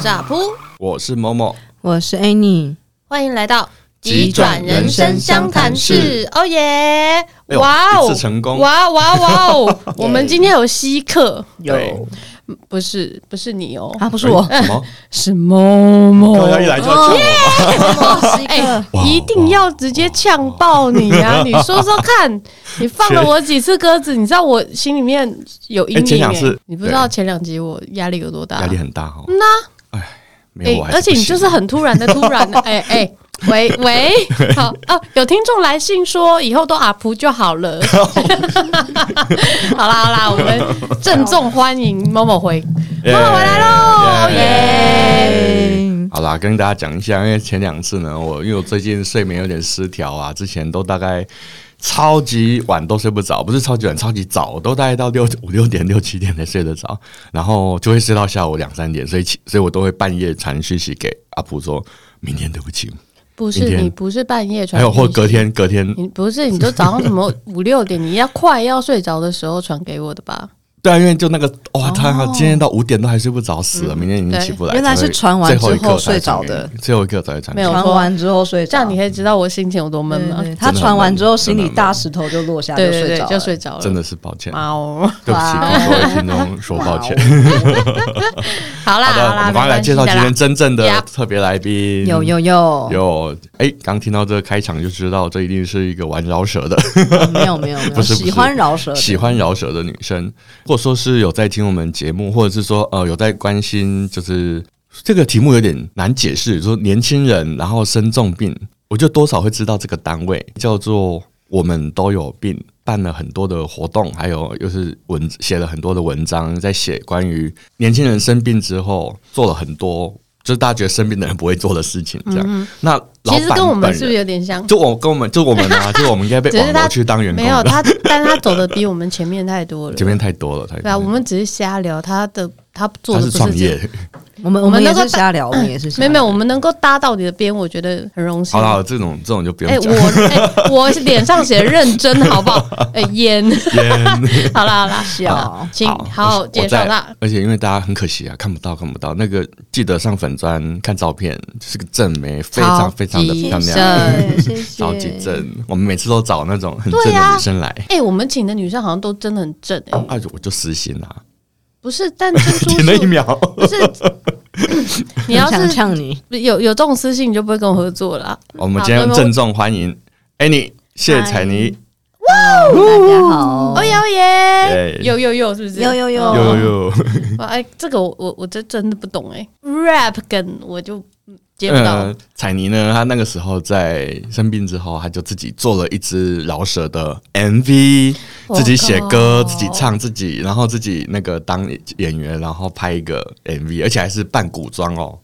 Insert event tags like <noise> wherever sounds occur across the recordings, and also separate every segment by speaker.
Speaker 1: 萨普，
Speaker 2: 我是某某，
Speaker 3: 我是 Annie，
Speaker 1: 欢迎来到
Speaker 2: 急转人生相谈室，
Speaker 1: 哦耶！
Speaker 2: 哎呦
Speaker 1: 哇
Speaker 2: 一
Speaker 1: 哦
Speaker 2: 次，成功
Speaker 1: 哇哇哇
Speaker 2: <laughs>
Speaker 1: 哦！我们今天有稀客，
Speaker 2: 对
Speaker 1: 不是不是哦你哦，
Speaker 3: 啊，不是我，
Speaker 2: 哎什
Speaker 1: <laughs>
Speaker 2: 么？
Speaker 1: 是某某
Speaker 2: 刚刚一来就要呛我，
Speaker 3: 是一
Speaker 1: 哎
Speaker 3: 个，
Speaker 2: 哇
Speaker 1: 一定要直接呛爆你啊！你说说看，你放了我几次鸽子？你知道我心里面有阴
Speaker 2: 哎前
Speaker 1: 影
Speaker 2: 两
Speaker 1: 哎、
Speaker 2: 次
Speaker 1: 你不知道前两集我压力有多大
Speaker 2: 压？力很大哈。
Speaker 1: 那哎
Speaker 2: 没有，我还
Speaker 1: 而且你
Speaker 2: 不行
Speaker 1: 就是很突然的，突然的，
Speaker 2: <laughs>
Speaker 1: 哎哎。喂喂，好啊！有听众来信说，以后都阿普就好
Speaker 2: <laughs>
Speaker 1: 了。好啦好啦，我们郑重欢迎某某回
Speaker 2: 耶
Speaker 1: 妈妈回来喽！
Speaker 2: 耶
Speaker 1: 耶！
Speaker 2: 哎好啦，跟大家讲一下，因为前两次呢，我因为我最近睡眠有点失调啊，之前都大概超级晚都睡不着，不是超级晚，超级早，都大概到六五六点、六七点才睡得着，然后就会睡到下午两三点，所以起所以我都会半夜传讯息给阿普说，明天对不起，
Speaker 1: 不
Speaker 2: 明
Speaker 1: 是
Speaker 2: 天
Speaker 1: 你，不是半夜传
Speaker 2: 还
Speaker 1: 讯息，
Speaker 2: 有或隔天隔天
Speaker 1: 你不是，你都早上什
Speaker 2: <laughs>
Speaker 1: 么五六点，你要快要睡着的时候传给我的吧？
Speaker 2: 对啊，因为就那个哇，他今天到五点都还睡不着，死了，明天已经起不来。
Speaker 3: 哦嗯对原来
Speaker 2: 才会
Speaker 3: 是传完
Speaker 2: 最一
Speaker 3: 之后
Speaker 2: 刻才
Speaker 3: 睡着
Speaker 2: 传给
Speaker 3: 的
Speaker 2: 你，最后一刻才会传给
Speaker 1: 没有
Speaker 2: 你。
Speaker 3: 传完之后睡着，
Speaker 1: 这样你可以知道我心情有多闷
Speaker 3: 对
Speaker 1: 吗？
Speaker 3: 对他传完之后心里大石头就落下，
Speaker 1: 对
Speaker 3: 就
Speaker 1: 对
Speaker 3: 睡
Speaker 1: 对
Speaker 3: 着，了，
Speaker 1: 就睡着了。
Speaker 2: 真的是抱歉，
Speaker 1: 哇哦！
Speaker 2: 对不起，
Speaker 3: 哇
Speaker 2: 跟各位听众说抱歉。
Speaker 1: 好啦
Speaker 2: 好的，我
Speaker 1: 啦，
Speaker 2: 们赶
Speaker 1: 没
Speaker 2: 快来
Speaker 1: 关系
Speaker 2: 介
Speaker 1: 的
Speaker 2: 绍
Speaker 1: 啦
Speaker 2: 今天真正的
Speaker 1: Yup
Speaker 2: 特别来宾。
Speaker 3: 有有有，
Speaker 2: 有，哎，刚听到这个开场就知道，这一定是一个玩饶舌的。
Speaker 3: 没有没有没
Speaker 2: 不是
Speaker 3: 有，
Speaker 2: 不是
Speaker 3: 喜欢
Speaker 1: <laughs>
Speaker 3: 饶舌的，
Speaker 2: 喜欢饶舌的女生，或者说是有在听我们节目，或者是说呃有在关心，就是这个题目有点难解释，说年轻人然后生重病，我就多少会知道这个单位叫做我们都有病。办了很多的活动，还有又是文写了很多的文章，在写关于年轻人生病之后做了很多，就是大家觉得生病的人不会做的事情，这样。那老
Speaker 1: 嗯其实
Speaker 2: 板
Speaker 1: 跟我们
Speaker 2: 本
Speaker 1: 是不
Speaker 2: 人
Speaker 1: 是有点像？
Speaker 2: 就我跟我们就我们
Speaker 1: <laughs>
Speaker 2: 啊，就我们应该被
Speaker 1: 只是
Speaker 2: 网
Speaker 1: 他
Speaker 2: 络去当员工
Speaker 1: 没
Speaker 2: 了
Speaker 1: 有他，但他走的比我们前面太多了。
Speaker 2: <laughs> 前面太多了，太多了
Speaker 1: 对啊，我们只是瞎聊，他的他做
Speaker 2: 他
Speaker 1: 的
Speaker 2: 是
Speaker 1: 不
Speaker 2: 创
Speaker 1: 是这
Speaker 2: 业
Speaker 1: 样。。
Speaker 3: 我们我
Speaker 1: 我们
Speaker 3: 们也
Speaker 1: 能够
Speaker 3: 是瞎聊，我们也是瞎
Speaker 1: <laughs> 没有没
Speaker 3: 聊
Speaker 1: 有，我们能够搭到你的边，我觉得很荣幸。
Speaker 2: 好了，这种这种就不
Speaker 1: 哎、
Speaker 2: 用讲。
Speaker 1: 我哎、我脸上写认真，好
Speaker 2: <laughs>
Speaker 1: 不好？哎、烟，好啦好啦，
Speaker 3: 笑
Speaker 1: 请
Speaker 2: 好
Speaker 1: 哎 <laughs> 好好介绍他。
Speaker 2: 而且因为大家很可惜啊，看不到看不到那个，记得上粉砖看照片，就是个正妹，非常非常的
Speaker 1: 超
Speaker 2: 漂
Speaker 1: 级正
Speaker 2: 亮，
Speaker 3: 对，谢谢，
Speaker 2: 超级正。我们每次都找那种很正
Speaker 1: 对
Speaker 2: 的
Speaker 1: 啊
Speaker 2: 女生来，
Speaker 1: 哎、我们请的女生好像都真的很正哎、
Speaker 2: 啊，我就私心啦，
Speaker 1: 不是，但珍珠
Speaker 2: <laughs> 停了一
Speaker 1: 是，
Speaker 2: 秒。
Speaker 1: 不是，
Speaker 2: <laughs>
Speaker 1: 你要
Speaker 3: 很想
Speaker 1: 是
Speaker 3: 呛你，
Speaker 1: 有有这种私信，你就不会跟我合作了啊。
Speaker 2: 我们今天
Speaker 1: 好
Speaker 2: 郑重欢迎 Annie 谢彩妮，
Speaker 3: 大家好
Speaker 1: 哦，耶哦
Speaker 2: 耶
Speaker 1: 耶，有有有，是不是？
Speaker 3: 有有有
Speaker 1: 哦
Speaker 2: 呦呦， <laughs>
Speaker 1: 哇哎、这个我我我这真的不懂哎、rap 跟我就嗯接不到。
Speaker 2: 嗯，彩妮呢，她那个时候在生病之后，她就自己做了一支饶舌的 MV，
Speaker 1: 我
Speaker 2: 自己写歌，
Speaker 1: 靠
Speaker 2: 自己唱，自己然后自己那个当演员，然后拍一个 MV，而且还是扮古装哦，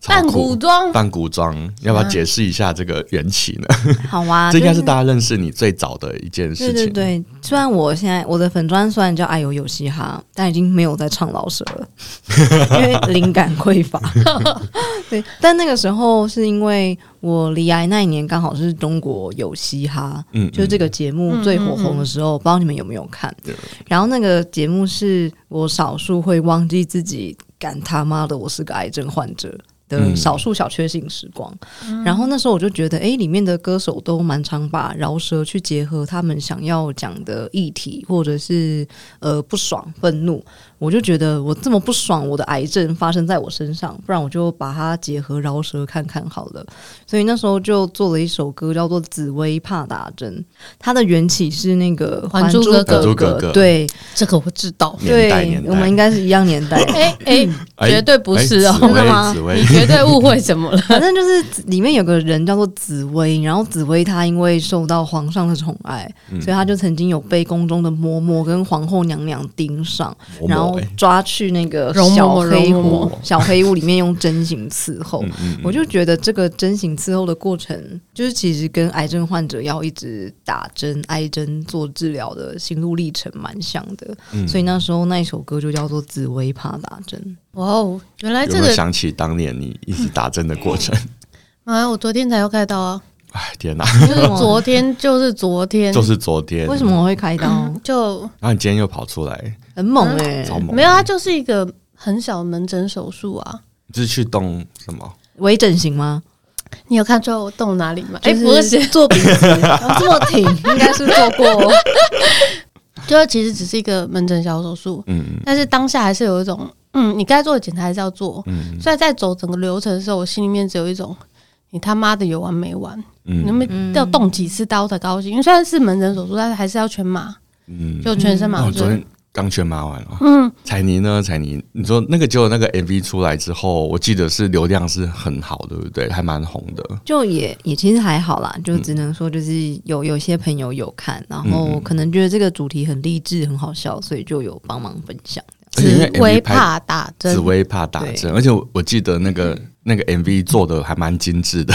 Speaker 2: 超
Speaker 1: 扮
Speaker 2: 酷
Speaker 1: 古装
Speaker 2: 扮古装，要不要解释一下这个缘起呢？
Speaker 3: 好啊，
Speaker 2: 这应该
Speaker 3: 就是
Speaker 2: 大家认识你最早的一件事
Speaker 3: 对
Speaker 2: 情。
Speaker 3: 对对，虽然我现在我的粉砖虽然叫“哎呦有嘻哈”，但已经没有在唱老舍了， <laughs> 因为灵感匮乏。 <laughs> 对，但那个时候是因为我离癌那一年刚好是中国有嘻哈，
Speaker 2: 嗯，嗯，
Speaker 3: 就是这个节目最火红的时候，不知道你们有没有看
Speaker 2: 对？
Speaker 3: 然后那个节目是我少数会忘记自己，敢他妈的我是个癌症患者。的
Speaker 2: 嗯
Speaker 3: 少数小确幸时光，然后那时候我就觉得，诶，里面的歌手都蛮常把饶舌去结合他们想要讲的议题，或者是呃不爽、愤怒，我就觉得我这么不爽，我的癌症发生在我身上，不然我就把它结合饶舌看看好了。所以那时候就做了一首歌，叫做《紫薇怕打针》，它的缘起是那个《
Speaker 1: 还珠格格
Speaker 3: 格》
Speaker 2: 还珠格格
Speaker 3: 对
Speaker 1: 这个我知道。
Speaker 2: 年代
Speaker 3: 对
Speaker 2: 年，代
Speaker 3: 我们应该是一样年代。
Speaker 1: <laughs> 哎哎、
Speaker 2: <laughs> 哎
Speaker 1: 绝对不是哦
Speaker 2: 哎紫
Speaker 1: <laughs>
Speaker 2: 薇
Speaker 3: 真的吗
Speaker 2: 紫
Speaker 1: 你
Speaker 2: 薇，
Speaker 1: 绝对误会什么了？
Speaker 3: 反正就是里面有个人叫做紫薇，然后紫薇她因为受到皇上的宠爱，
Speaker 2: 嗯
Speaker 3: 所以她就曾经有被宫中的嬷嬷跟皇后娘娘盯上，
Speaker 2: 某
Speaker 3: 然
Speaker 2: 某
Speaker 3: 后
Speaker 2: 哎
Speaker 3: 抓去那个
Speaker 1: 容嬷嬷
Speaker 3: 小黑
Speaker 1: 容
Speaker 2: 嬷
Speaker 3: 屋
Speaker 2: <laughs> 嬷，
Speaker 3: 小黑屋里面用针刑伺候。
Speaker 2: 嗯嗯，嗯
Speaker 3: 我就觉得这个针刑伺候的过程，就是其实跟癌症患者要一直打针、挨针做治疗的心路历程蛮像的。
Speaker 2: 嗯
Speaker 3: 所以那时候那一首歌就叫做《紫薇怕打针》。
Speaker 1: <laughs> 哇哦，原来
Speaker 2: 有
Speaker 1: 这
Speaker 2: 没有
Speaker 1: 个
Speaker 2: 想起当年你一直打针的过程？ <laughs>
Speaker 1: 啊，我昨天才要开刀啊，
Speaker 2: 哎，天哪，
Speaker 1: 就是
Speaker 2: <laughs>
Speaker 1: 昨天，就是昨天，嗯
Speaker 2: 就是昨天，
Speaker 3: 为什么我会开刀？
Speaker 1: 就
Speaker 2: 然后你今天又跑出来，
Speaker 3: <laughs> 很猛哎、
Speaker 2: 超猛，
Speaker 1: 没有，它就是一个很小的门诊手术啊。
Speaker 2: 就是去动什么？
Speaker 3: 微整形吗？
Speaker 1: 你有看出来我动哪里吗？哎、
Speaker 3: 就是
Speaker 1: 不是， <laughs>
Speaker 3: 做鼻子
Speaker 1: 哦
Speaker 3: 这么挺，应该是做过哦。
Speaker 1: 就是其实只是一个门诊小手术，
Speaker 2: 嗯
Speaker 1: 但是当下还是有一种，嗯，你该做的检查还是要做。
Speaker 2: 嗯
Speaker 1: 所以在走整个流程的时候，我心里面只有一种，你他妈的有完没完？你
Speaker 2: 嗯
Speaker 1: 们要动几次刀才高兴？因为虽然是门诊手术，但是还是要全麻，
Speaker 2: 嗯。
Speaker 1: 就全身麻
Speaker 2: 哦，
Speaker 1: 醉。
Speaker 2: 昨天刚全麻完了。
Speaker 1: 嗯，
Speaker 2: 彩妮呢？彩妮，你说那个结果那个 MV 出来之后，我记得是流量是很好，对不对？还蛮红的。
Speaker 3: 就也也其实还好啦，
Speaker 2: 嗯
Speaker 3: 就只能说就是有有些朋友有看，然
Speaker 2: 嗯
Speaker 3: 后可能觉得这个主题很励志、很好笑，所以就有帮忙分享。
Speaker 2: 而且因为
Speaker 1: 紫
Speaker 2: MV
Speaker 1: 薇
Speaker 2: 拍
Speaker 1: 怕打针
Speaker 2: 紫，薇怕打
Speaker 3: 对嗯
Speaker 2: 针，而且我我记得那个那个 MV 做的还蛮精致的。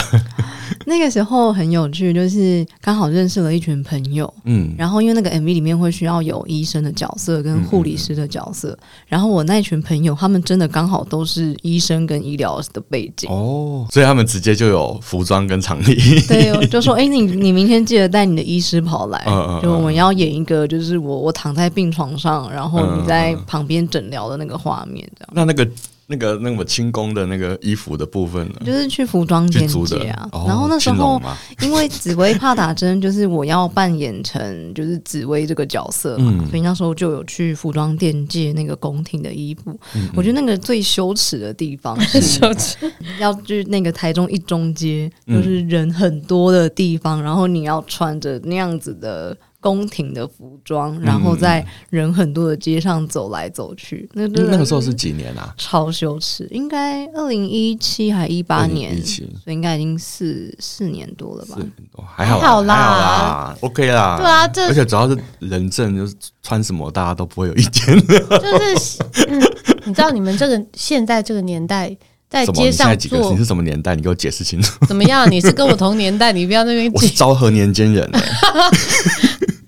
Speaker 3: 那个时候很有趣，就是刚好认识了一群朋友，
Speaker 2: 嗯，
Speaker 3: 然后因为那个 MV 里面会需要有医生的角色跟护理师的角色，然后我那一群朋友他们真的刚好都是医生跟医疗的背景。
Speaker 2: 哦， <laughs> 所以他们直接就有服装跟场地。 <laughs>
Speaker 3: 对，我就说，哎、你你明天记得带你的医师跑来，
Speaker 2: 嗯嗯嗯
Speaker 3: 就我们要演一个，就是我我躺在病床上，然后你
Speaker 2: 嗯
Speaker 3: 在旁边诊疗的那个画面，这样。
Speaker 2: 那那个那个那么轻功的那个衣服的部分呢？
Speaker 3: 就是去服装
Speaker 2: 去
Speaker 3: 间
Speaker 2: 租
Speaker 3: 接
Speaker 2: 的
Speaker 3: 啊，
Speaker 2: 哦
Speaker 3: 然后那时
Speaker 2: 青龙
Speaker 3: 候
Speaker 2: 吗
Speaker 3: <laughs> 因为紫薇怕打针，就是我要扮演成就是紫薇这个角色嘛，
Speaker 2: 嗯
Speaker 3: 所以那时候就有去服装店借那个宫廷的衣服。
Speaker 2: 嗯
Speaker 3: 我觉得那个最羞耻的地方是
Speaker 2: <laughs>
Speaker 3: 要去那个台中一中街，
Speaker 2: 嗯
Speaker 3: 就是人很多的地方，然后你要穿着那样子的。宫廷的服装，然
Speaker 2: 嗯
Speaker 3: 后在人很多的街上走来走去，那真的
Speaker 2: 那个时候是几年啊？
Speaker 3: 超羞耻，应该二零一七还一八年，
Speaker 2: 一七
Speaker 3: 所以应该已经四四年多了吧？
Speaker 2: 哦还好
Speaker 1: 还好啦
Speaker 2: 还好啦，OK 啦。
Speaker 1: <laughs> 对啊
Speaker 2: <laughs>
Speaker 1: 这
Speaker 2: 而且主要是人证，就是穿什么大家都不会有意见。
Speaker 1: 就是，嗯，你知道你们这个现在这个年代，在
Speaker 2: 什么？
Speaker 1: 街
Speaker 2: 你现在
Speaker 1: 上
Speaker 2: 几个？
Speaker 1: 做
Speaker 2: 你是什么年代？你给我解释
Speaker 1: <laughs>
Speaker 2: 清楚。
Speaker 1: 怎么样？你是跟我同年代，你不要那边
Speaker 2: 我是 <laughs>
Speaker 1: 挤。
Speaker 2: 昭和年间人、欸，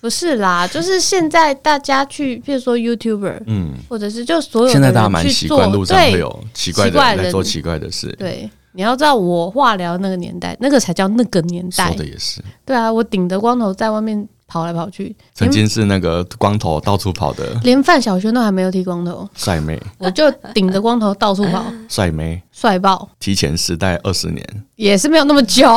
Speaker 1: 不是啦，就是现在大家去，譬如说 YouTuber，
Speaker 2: 嗯，
Speaker 1: 或者是就所有的
Speaker 2: 现在大家
Speaker 1: 人
Speaker 2: 蛮
Speaker 1: 去
Speaker 2: 习
Speaker 1: 做
Speaker 2: 惯路上会
Speaker 1: 对
Speaker 2: 有奇怪
Speaker 1: 奇
Speaker 2: 的
Speaker 1: 怪
Speaker 2: 人
Speaker 1: 人
Speaker 2: 来做奇怪的事。
Speaker 1: 对，你要知道我化疗那个年代，那个才叫那个年代
Speaker 2: 说。的也是，
Speaker 1: 对啊，我顶着光头在外面跑来跑去，
Speaker 2: 曾经是那个光头到处跑的
Speaker 1: 连范晓萱都还没有剃光
Speaker 2: <laughs>
Speaker 1: 头，
Speaker 2: 帅妹，
Speaker 1: 我就顶着光头到处跑，
Speaker 2: 帅妹
Speaker 1: 帅
Speaker 2: <laughs>
Speaker 1: 爆，
Speaker 2: 提前时代二十年。
Speaker 1: 也是没有那么
Speaker 2: <laughs>
Speaker 1: 久。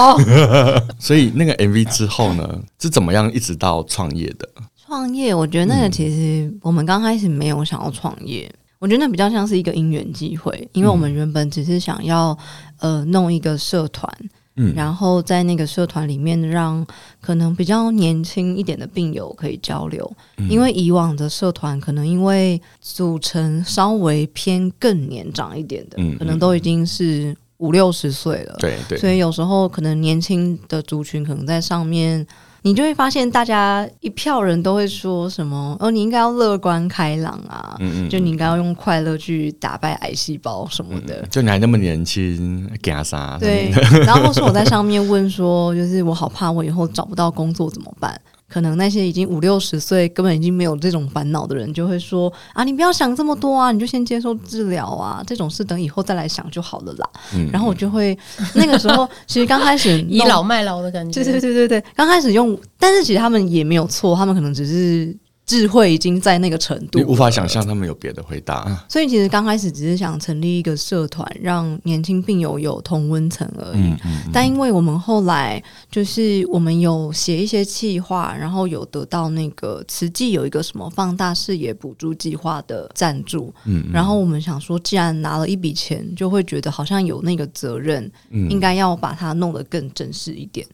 Speaker 2: 所以那个 MV 之后呢，是怎么样一直到创业的？
Speaker 3: 创业，我觉得那
Speaker 2: 嗯
Speaker 3: 个其实我们刚开始没有想要创业，我觉得那比较像是一个因缘机会，因为我们原本只是想要呃弄一个社团，
Speaker 2: 嗯
Speaker 3: 然后在那个社团里面让可能比较年轻一点的病友可以交流，
Speaker 2: 嗯
Speaker 3: 因为以往的社团可能因为组成稍微偏更年长一点的，
Speaker 2: 嗯
Speaker 3: 可能都已经是五六十岁了，
Speaker 2: 对对，
Speaker 3: 所以有时候可能年轻的族群可能在上面，你就会发现大家一票人都会说什么哦，你应该要乐观开朗啊，
Speaker 2: 嗯嗯
Speaker 3: 就你应该要用快乐去打败癌细胞什么的。
Speaker 2: 就你还那么年轻，干啥？ <laughs>
Speaker 3: 对，然后或是我在上面问说，就是我好怕我以后找不到工作怎么办？可能那些已经五六十岁根本已经没有这种烦恼的人，就会说啊，你不要想这么多啊，你就先接受治疗啊，这种事等以后再来想就好了啦。
Speaker 2: 嗯
Speaker 3: 然后我就会那个时候，其实刚开始
Speaker 1: <laughs> 倚
Speaker 3: 弄
Speaker 1: 老卖老的感觉，
Speaker 2: <laughs>
Speaker 3: 对对对对对，刚开始用，但是其实他们也没有错，他们可能只是智慧已经在那个程度
Speaker 2: 你，无法想。象他们有别的回答。嗯
Speaker 3: 所以其实刚开始只是想成立一个社团，让年轻病友有同温层而已。
Speaker 2: 嗯嗯，
Speaker 3: 但因为我们后来就是我们有写一些企划，然后有得到那个慈济有一个什么放大视野补助计划的赞助，
Speaker 2: 嗯
Speaker 3: 然后我们想说，既然拿了一笔钱，就会觉得好像有那个责任，
Speaker 2: 嗯
Speaker 3: 应该要把它弄得更正式一点。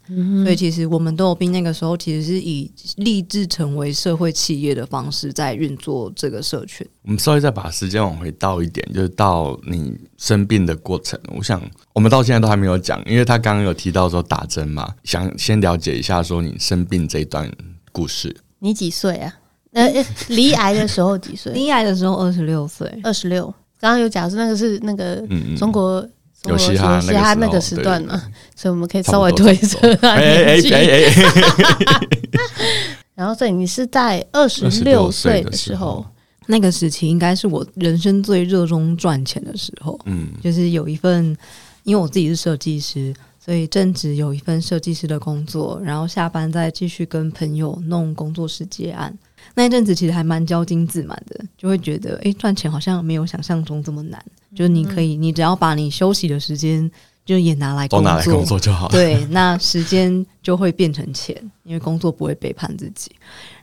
Speaker 3: 所以其实我们都有病那个时候其实是以立志成为社会企业的方式在运作这个社群。
Speaker 2: 我们稍微再把时间往回倒一点，就是到你生病的过程。我想我们到现在都还没有讲，因为他刚刚有提到说打针嘛，想先了解一下说你生病这一段故事。
Speaker 1: 你几岁啊？呃，呃离癌的时候几
Speaker 2: <laughs>
Speaker 1: 岁？
Speaker 3: 离癌的时候二十六岁，
Speaker 1: 二十六。刚刚有讲说那个是那个
Speaker 2: 嗯嗯
Speaker 1: 中国中
Speaker 2: 有
Speaker 1: 国
Speaker 2: 嘻
Speaker 1: 有
Speaker 2: 哈
Speaker 1: 嘻哈
Speaker 2: 那
Speaker 1: 那
Speaker 2: 个
Speaker 1: 个
Speaker 2: 时
Speaker 1: 时
Speaker 2: 候
Speaker 1: 段
Speaker 2: 对
Speaker 1: 嘛，所以我们可以
Speaker 2: 差不
Speaker 1: 稍微
Speaker 2: 多
Speaker 1: 推
Speaker 2: 差不
Speaker 1: 测
Speaker 2: 多
Speaker 1: 他
Speaker 2: 哎哎
Speaker 1: 年
Speaker 2: 哎
Speaker 1: 纪。
Speaker 2: 哎哎，
Speaker 1: 然后，所以你是在二十
Speaker 2: 26
Speaker 1: 六
Speaker 2: 岁
Speaker 1: 岁
Speaker 2: 的
Speaker 1: 的
Speaker 2: 时
Speaker 1: 时
Speaker 2: 候
Speaker 1: 候，
Speaker 3: 那个时期应该是我人生最热衷赚钱的时候。
Speaker 2: 嗯
Speaker 3: 就是有一份，因为我自己是设计师，所以正职有一份设计师的工作，然后下班再继续跟朋友弄工作室接案。那一阵子其实还蛮骄矜自满的，就会觉得诶，赚钱好像没有想象中这么难。就是你可以，你只要把你休息的时间就也拿来
Speaker 2: 都
Speaker 3: 工
Speaker 2: 拿来
Speaker 3: 作，
Speaker 2: 工作就好。
Speaker 3: 对，那时间就会变成钱，因为工作不会背叛自己。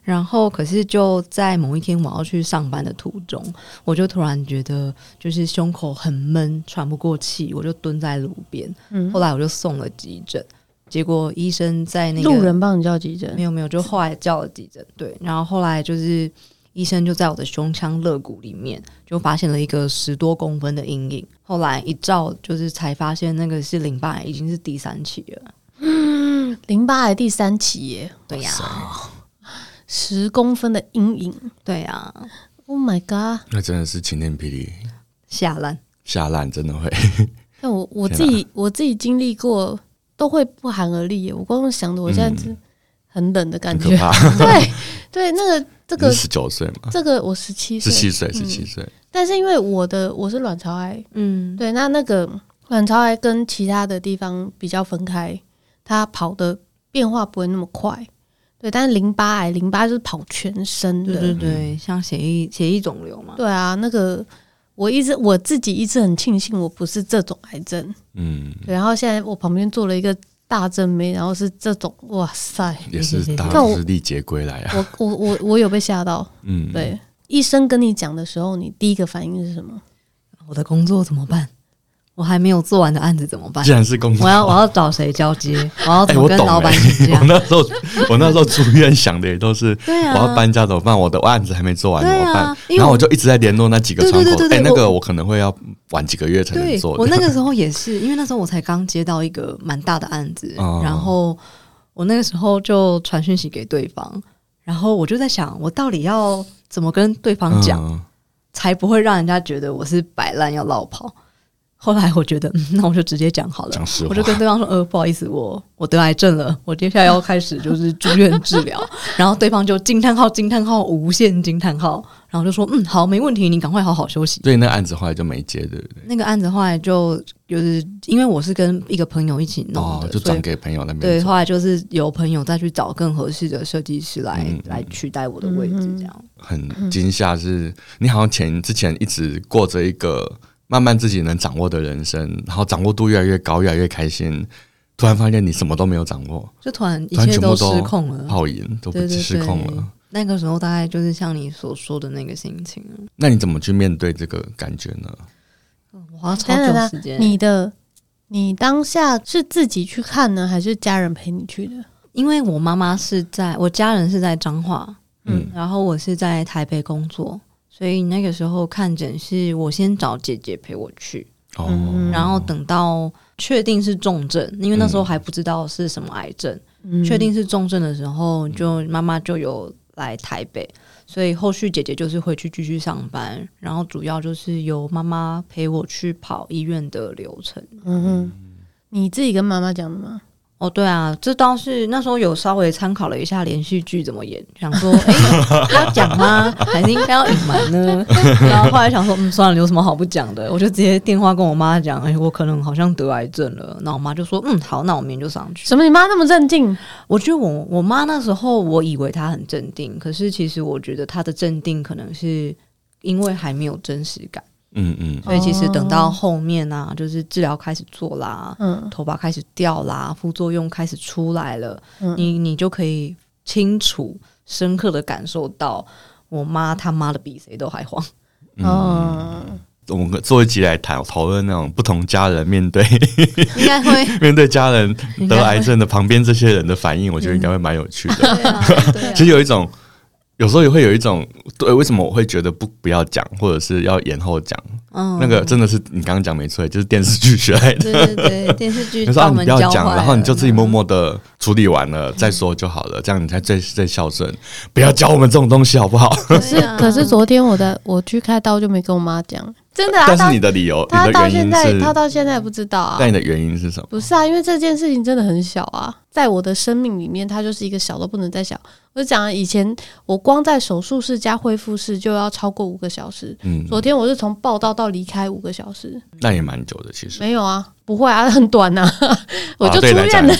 Speaker 3: 然后，可是就在某一天我要去上班的途中，我就突然觉得就是胸口很闷，喘不过气，我就蹲在路边。
Speaker 1: 嗯
Speaker 3: 后来我就送了急诊，结果医生在那个
Speaker 1: 路人帮你叫急
Speaker 3: 没
Speaker 1: 诊，
Speaker 3: 有没有，就后来叫了急诊，对，然后后来就是医生就在我的胸腔肋骨里面就发现了一个十多公分的阴影，后来一照就是才发现那个是淋巴癌，已经是第三期了。
Speaker 1: 淋巴癌第三期耶，
Speaker 3: 对呀、
Speaker 1: 十公分的阴影
Speaker 3: 对呀、
Speaker 1: ，Oh my god！
Speaker 2: 那真的是晴天霹雳，
Speaker 3: 下烂。
Speaker 2: 下烂真的会。
Speaker 1: 但我我
Speaker 2: 天
Speaker 1: 自己我自己经历过，都会不寒而栗耶。我光想的，我现在是很冷的感
Speaker 2: 嗯很
Speaker 1: 觉。
Speaker 2: 可怕。
Speaker 1: <laughs> 对对，那个这
Speaker 2: 你
Speaker 1: 个嗯
Speaker 2: 是 <laughs> 十九岁嘛，
Speaker 1: 这个我十七
Speaker 2: 十七
Speaker 1: 岁，
Speaker 2: 岁，十七岁，
Speaker 1: 但是因为我的我是卵巢癌，
Speaker 3: 嗯，
Speaker 1: 对，那那个卵巢癌跟其他的地方比较分开，它跑的变化不会那么快。对，但是淋巴癌，淋巴就是跑全身的，
Speaker 3: 对嗯对对，像血液血液肿瘤嘛，
Speaker 1: 对啊，那个我一直我自己一直很庆幸我不是这种癌症，
Speaker 2: 嗯，
Speaker 1: 对然后现在我旁边做了一个大正妹，然后是这种，哇塞，
Speaker 2: 也是大
Speaker 1: 但我
Speaker 2: 师历劫归来啊，
Speaker 1: 我我我我有被吓到，
Speaker 2: 嗯，
Speaker 1: 对。医生跟你讲的时候，你第一个反应是什么？
Speaker 3: 我的工作怎么办？我还没有做完的案子怎么办
Speaker 2: 既？然是工作
Speaker 3: 我，要我要找谁交
Speaker 2: <laughs>
Speaker 3: 接？我要
Speaker 2: 哎、
Speaker 3: 怎么
Speaker 2: 我
Speaker 3: 跟
Speaker 2: 懂、
Speaker 3: 老板
Speaker 2: 欸 <laughs>
Speaker 3: 请，
Speaker 2: 我
Speaker 3: 假？
Speaker 2: 那时候我那时候住院想的也都是。
Speaker 3: <laughs> 对
Speaker 2: 我
Speaker 3: 啊，
Speaker 2: 要搬家怎么办？我的案子还没做完怎
Speaker 3: 对啊
Speaker 2: 么办？
Speaker 3: 因为
Speaker 2: 然后我就一直在联络那几个窗口
Speaker 3: 对对对，对
Speaker 2: 哎，那
Speaker 3: 我
Speaker 2: 个我可能会要晚几个月才能
Speaker 3: 对
Speaker 2: 做。
Speaker 3: 我那个时候也是，因为那时候我才刚接到一个蛮大的案子，
Speaker 2: 哦
Speaker 3: 然后我那个时候就传讯息给对方，然后我就在想，我到底要怎么跟对方讲，
Speaker 2: 嗯
Speaker 3: 才不会让人家觉得我是摆烂要落跑。后来我觉得，嗯，那我就直接讲好了
Speaker 2: 讲实，话
Speaker 3: 我就跟对方说，呃，不好意思，我我得癌症了，我接下来要开始就是住院治疗。 <laughs> 然后对方就惊叹号惊叹号无限惊叹号，然后就说，嗯，好，没问题，你赶快好好休息。
Speaker 2: 所以那个案子后来就没接，对不对？
Speaker 3: 那个案子后来就就是因为我是跟一个朋友一起弄
Speaker 2: 哦
Speaker 3: 的，，
Speaker 2: 就
Speaker 3: 所以
Speaker 2: 转给朋友那边做。
Speaker 3: 对，后来就是由朋友再去找更合适的设计师来、
Speaker 2: 嗯嗯嗯
Speaker 3: 来取代我的位置，这样。嗯
Speaker 2: 很惊吓，是你好像前之前一直过着一个慢慢自己能掌握的人生，然后掌握度越来越高，越来越开心，突然发现你什么都没有掌握，
Speaker 3: 就突然一
Speaker 2: 突然
Speaker 3: 切
Speaker 2: 全部
Speaker 3: 失
Speaker 2: 都
Speaker 3: 控了，
Speaker 2: 泡影都不
Speaker 3: 嗯对对
Speaker 2: 失控
Speaker 3: 对
Speaker 2: 了。
Speaker 3: 那个时候大概就是像你所说的那个心情，
Speaker 2: 那你怎么去面对这个感觉呢？
Speaker 3: 我花超
Speaker 1: 等等
Speaker 3: 久
Speaker 1: 等
Speaker 3: 时间。
Speaker 1: 你的你当下是自己去看呢，还是家人陪你去的？
Speaker 3: 因为我妈妈是在我家人是在彰化，
Speaker 2: 嗯
Speaker 3: 然后我是在台北工作，所以那个时候看诊是我先找姐姐陪我去，
Speaker 2: 哦，
Speaker 1: 嗯
Speaker 3: 然后等到确定是重症，因为那时候还不知道是什么癌症，
Speaker 1: 嗯
Speaker 3: 确定是重症的时候，就妈妈就有来台北，所以后续姐姐就是回去继续上班，然后主要就是由妈妈陪我去跑医院的流程。
Speaker 1: 嗯哼，你自己跟妈妈讲的吗？
Speaker 3: 哦，对啊，这倒是那时候有稍微参考了一下连续剧怎么演，想说，哎、要讲吗？还是应该要隐瞒呢？然后后来想说，嗯，算了，有什么好不讲的？我就直接电话跟我妈讲，哎、我可能好像得癌症了。那我妈就说，嗯，好，那我明天就上去。
Speaker 1: 什么？你妈那么镇静？
Speaker 3: 我觉得我我妈那时候，我以为她很镇定，可是其实我觉得她的镇定可能是因为还没有真实感，
Speaker 2: 嗯嗯，
Speaker 3: 所以其实等到后面啊，就是治疗开始做啦，
Speaker 1: 嗯
Speaker 3: 头发开始掉啦，副作用开始出来了，
Speaker 1: 嗯
Speaker 3: 你你就可以清楚、深刻的感受到，我妈他妈的比谁都还慌。
Speaker 2: 嗯
Speaker 1: 哦，
Speaker 2: 我们做一集来谈讨论那种不同家人面对
Speaker 3: <laughs>
Speaker 2: <laughs>
Speaker 3: 应该会 <laughs>
Speaker 2: 面对家人
Speaker 3: 应该
Speaker 2: 得
Speaker 3: 会
Speaker 2: 癌症的旁边这些人的反应，我觉得应该会蛮有趣的。
Speaker 1: 嗯
Speaker 3: 对啊，
Speaker 2: <laughs>
Speaker 3: 对
Speaker 2: 其实有一种，有时候也会有一种，对，为什么我会觉得不不要讲，或者是要延后讲？
Speaker 3: 嗯
Speaker 2: 那个真的是你刚刚讲没错，就是电视剧学
Speaker 1: <laughs>
Speaker 2: 来的。
Speaker 3: 对对对，电视剧
Speaker 2: 你说
Speaker 3: 把
Speaker 2: 啊，
Speaker 3: 我
Speaker 2: 你
Speaker 3: 们
Speaker 2: 不要
Speaker 3: 教
Speaker 2: 讲，
Speaker 3: 坏了
Speaker 2: 然后你就自己默默的处理完了再说就好了，这样你才最最孝顺。不要教我们这种东西好不好？
Speaker 1: 可是
Speaker 3: 对啊
Speaker 1: 可是昨天我的我去开刀就没跟我妈讲，真的啊，
Speaker 2: <laughs> 但是
Speaker 1: 她
Speaker 2: 你的理由，
Speaker 1: 她
Speaker 2: 你的
Speaker 1: 到
Speaker 2: 原
Speaker 1: 现
Speaker 2: 因
Speaker 1: 在她
Speaker 2: 是，
Speaker 1: 到现在也不知道啊
Speaker 2: 但，你的原因是什么？
Speaker 1: 不是啊，因为这件事情真的很小啊，在我的生命里面，它就是一个小到不能再小。我就讲啊以前我光在手术室加恢复室就要超过五个小时，
Speaker 2: 嗯，
Speaker 1: 昨天我是从报道到离开五个小时，
Speaker 2: 那也蛮久的，其实
Speaker 1: 没有啊，不会啊，很短啊， <laughs> 我就
Speaker 2: 对
Speaker 1: 出
Speaker 2: 来讲
Speaker 1: 院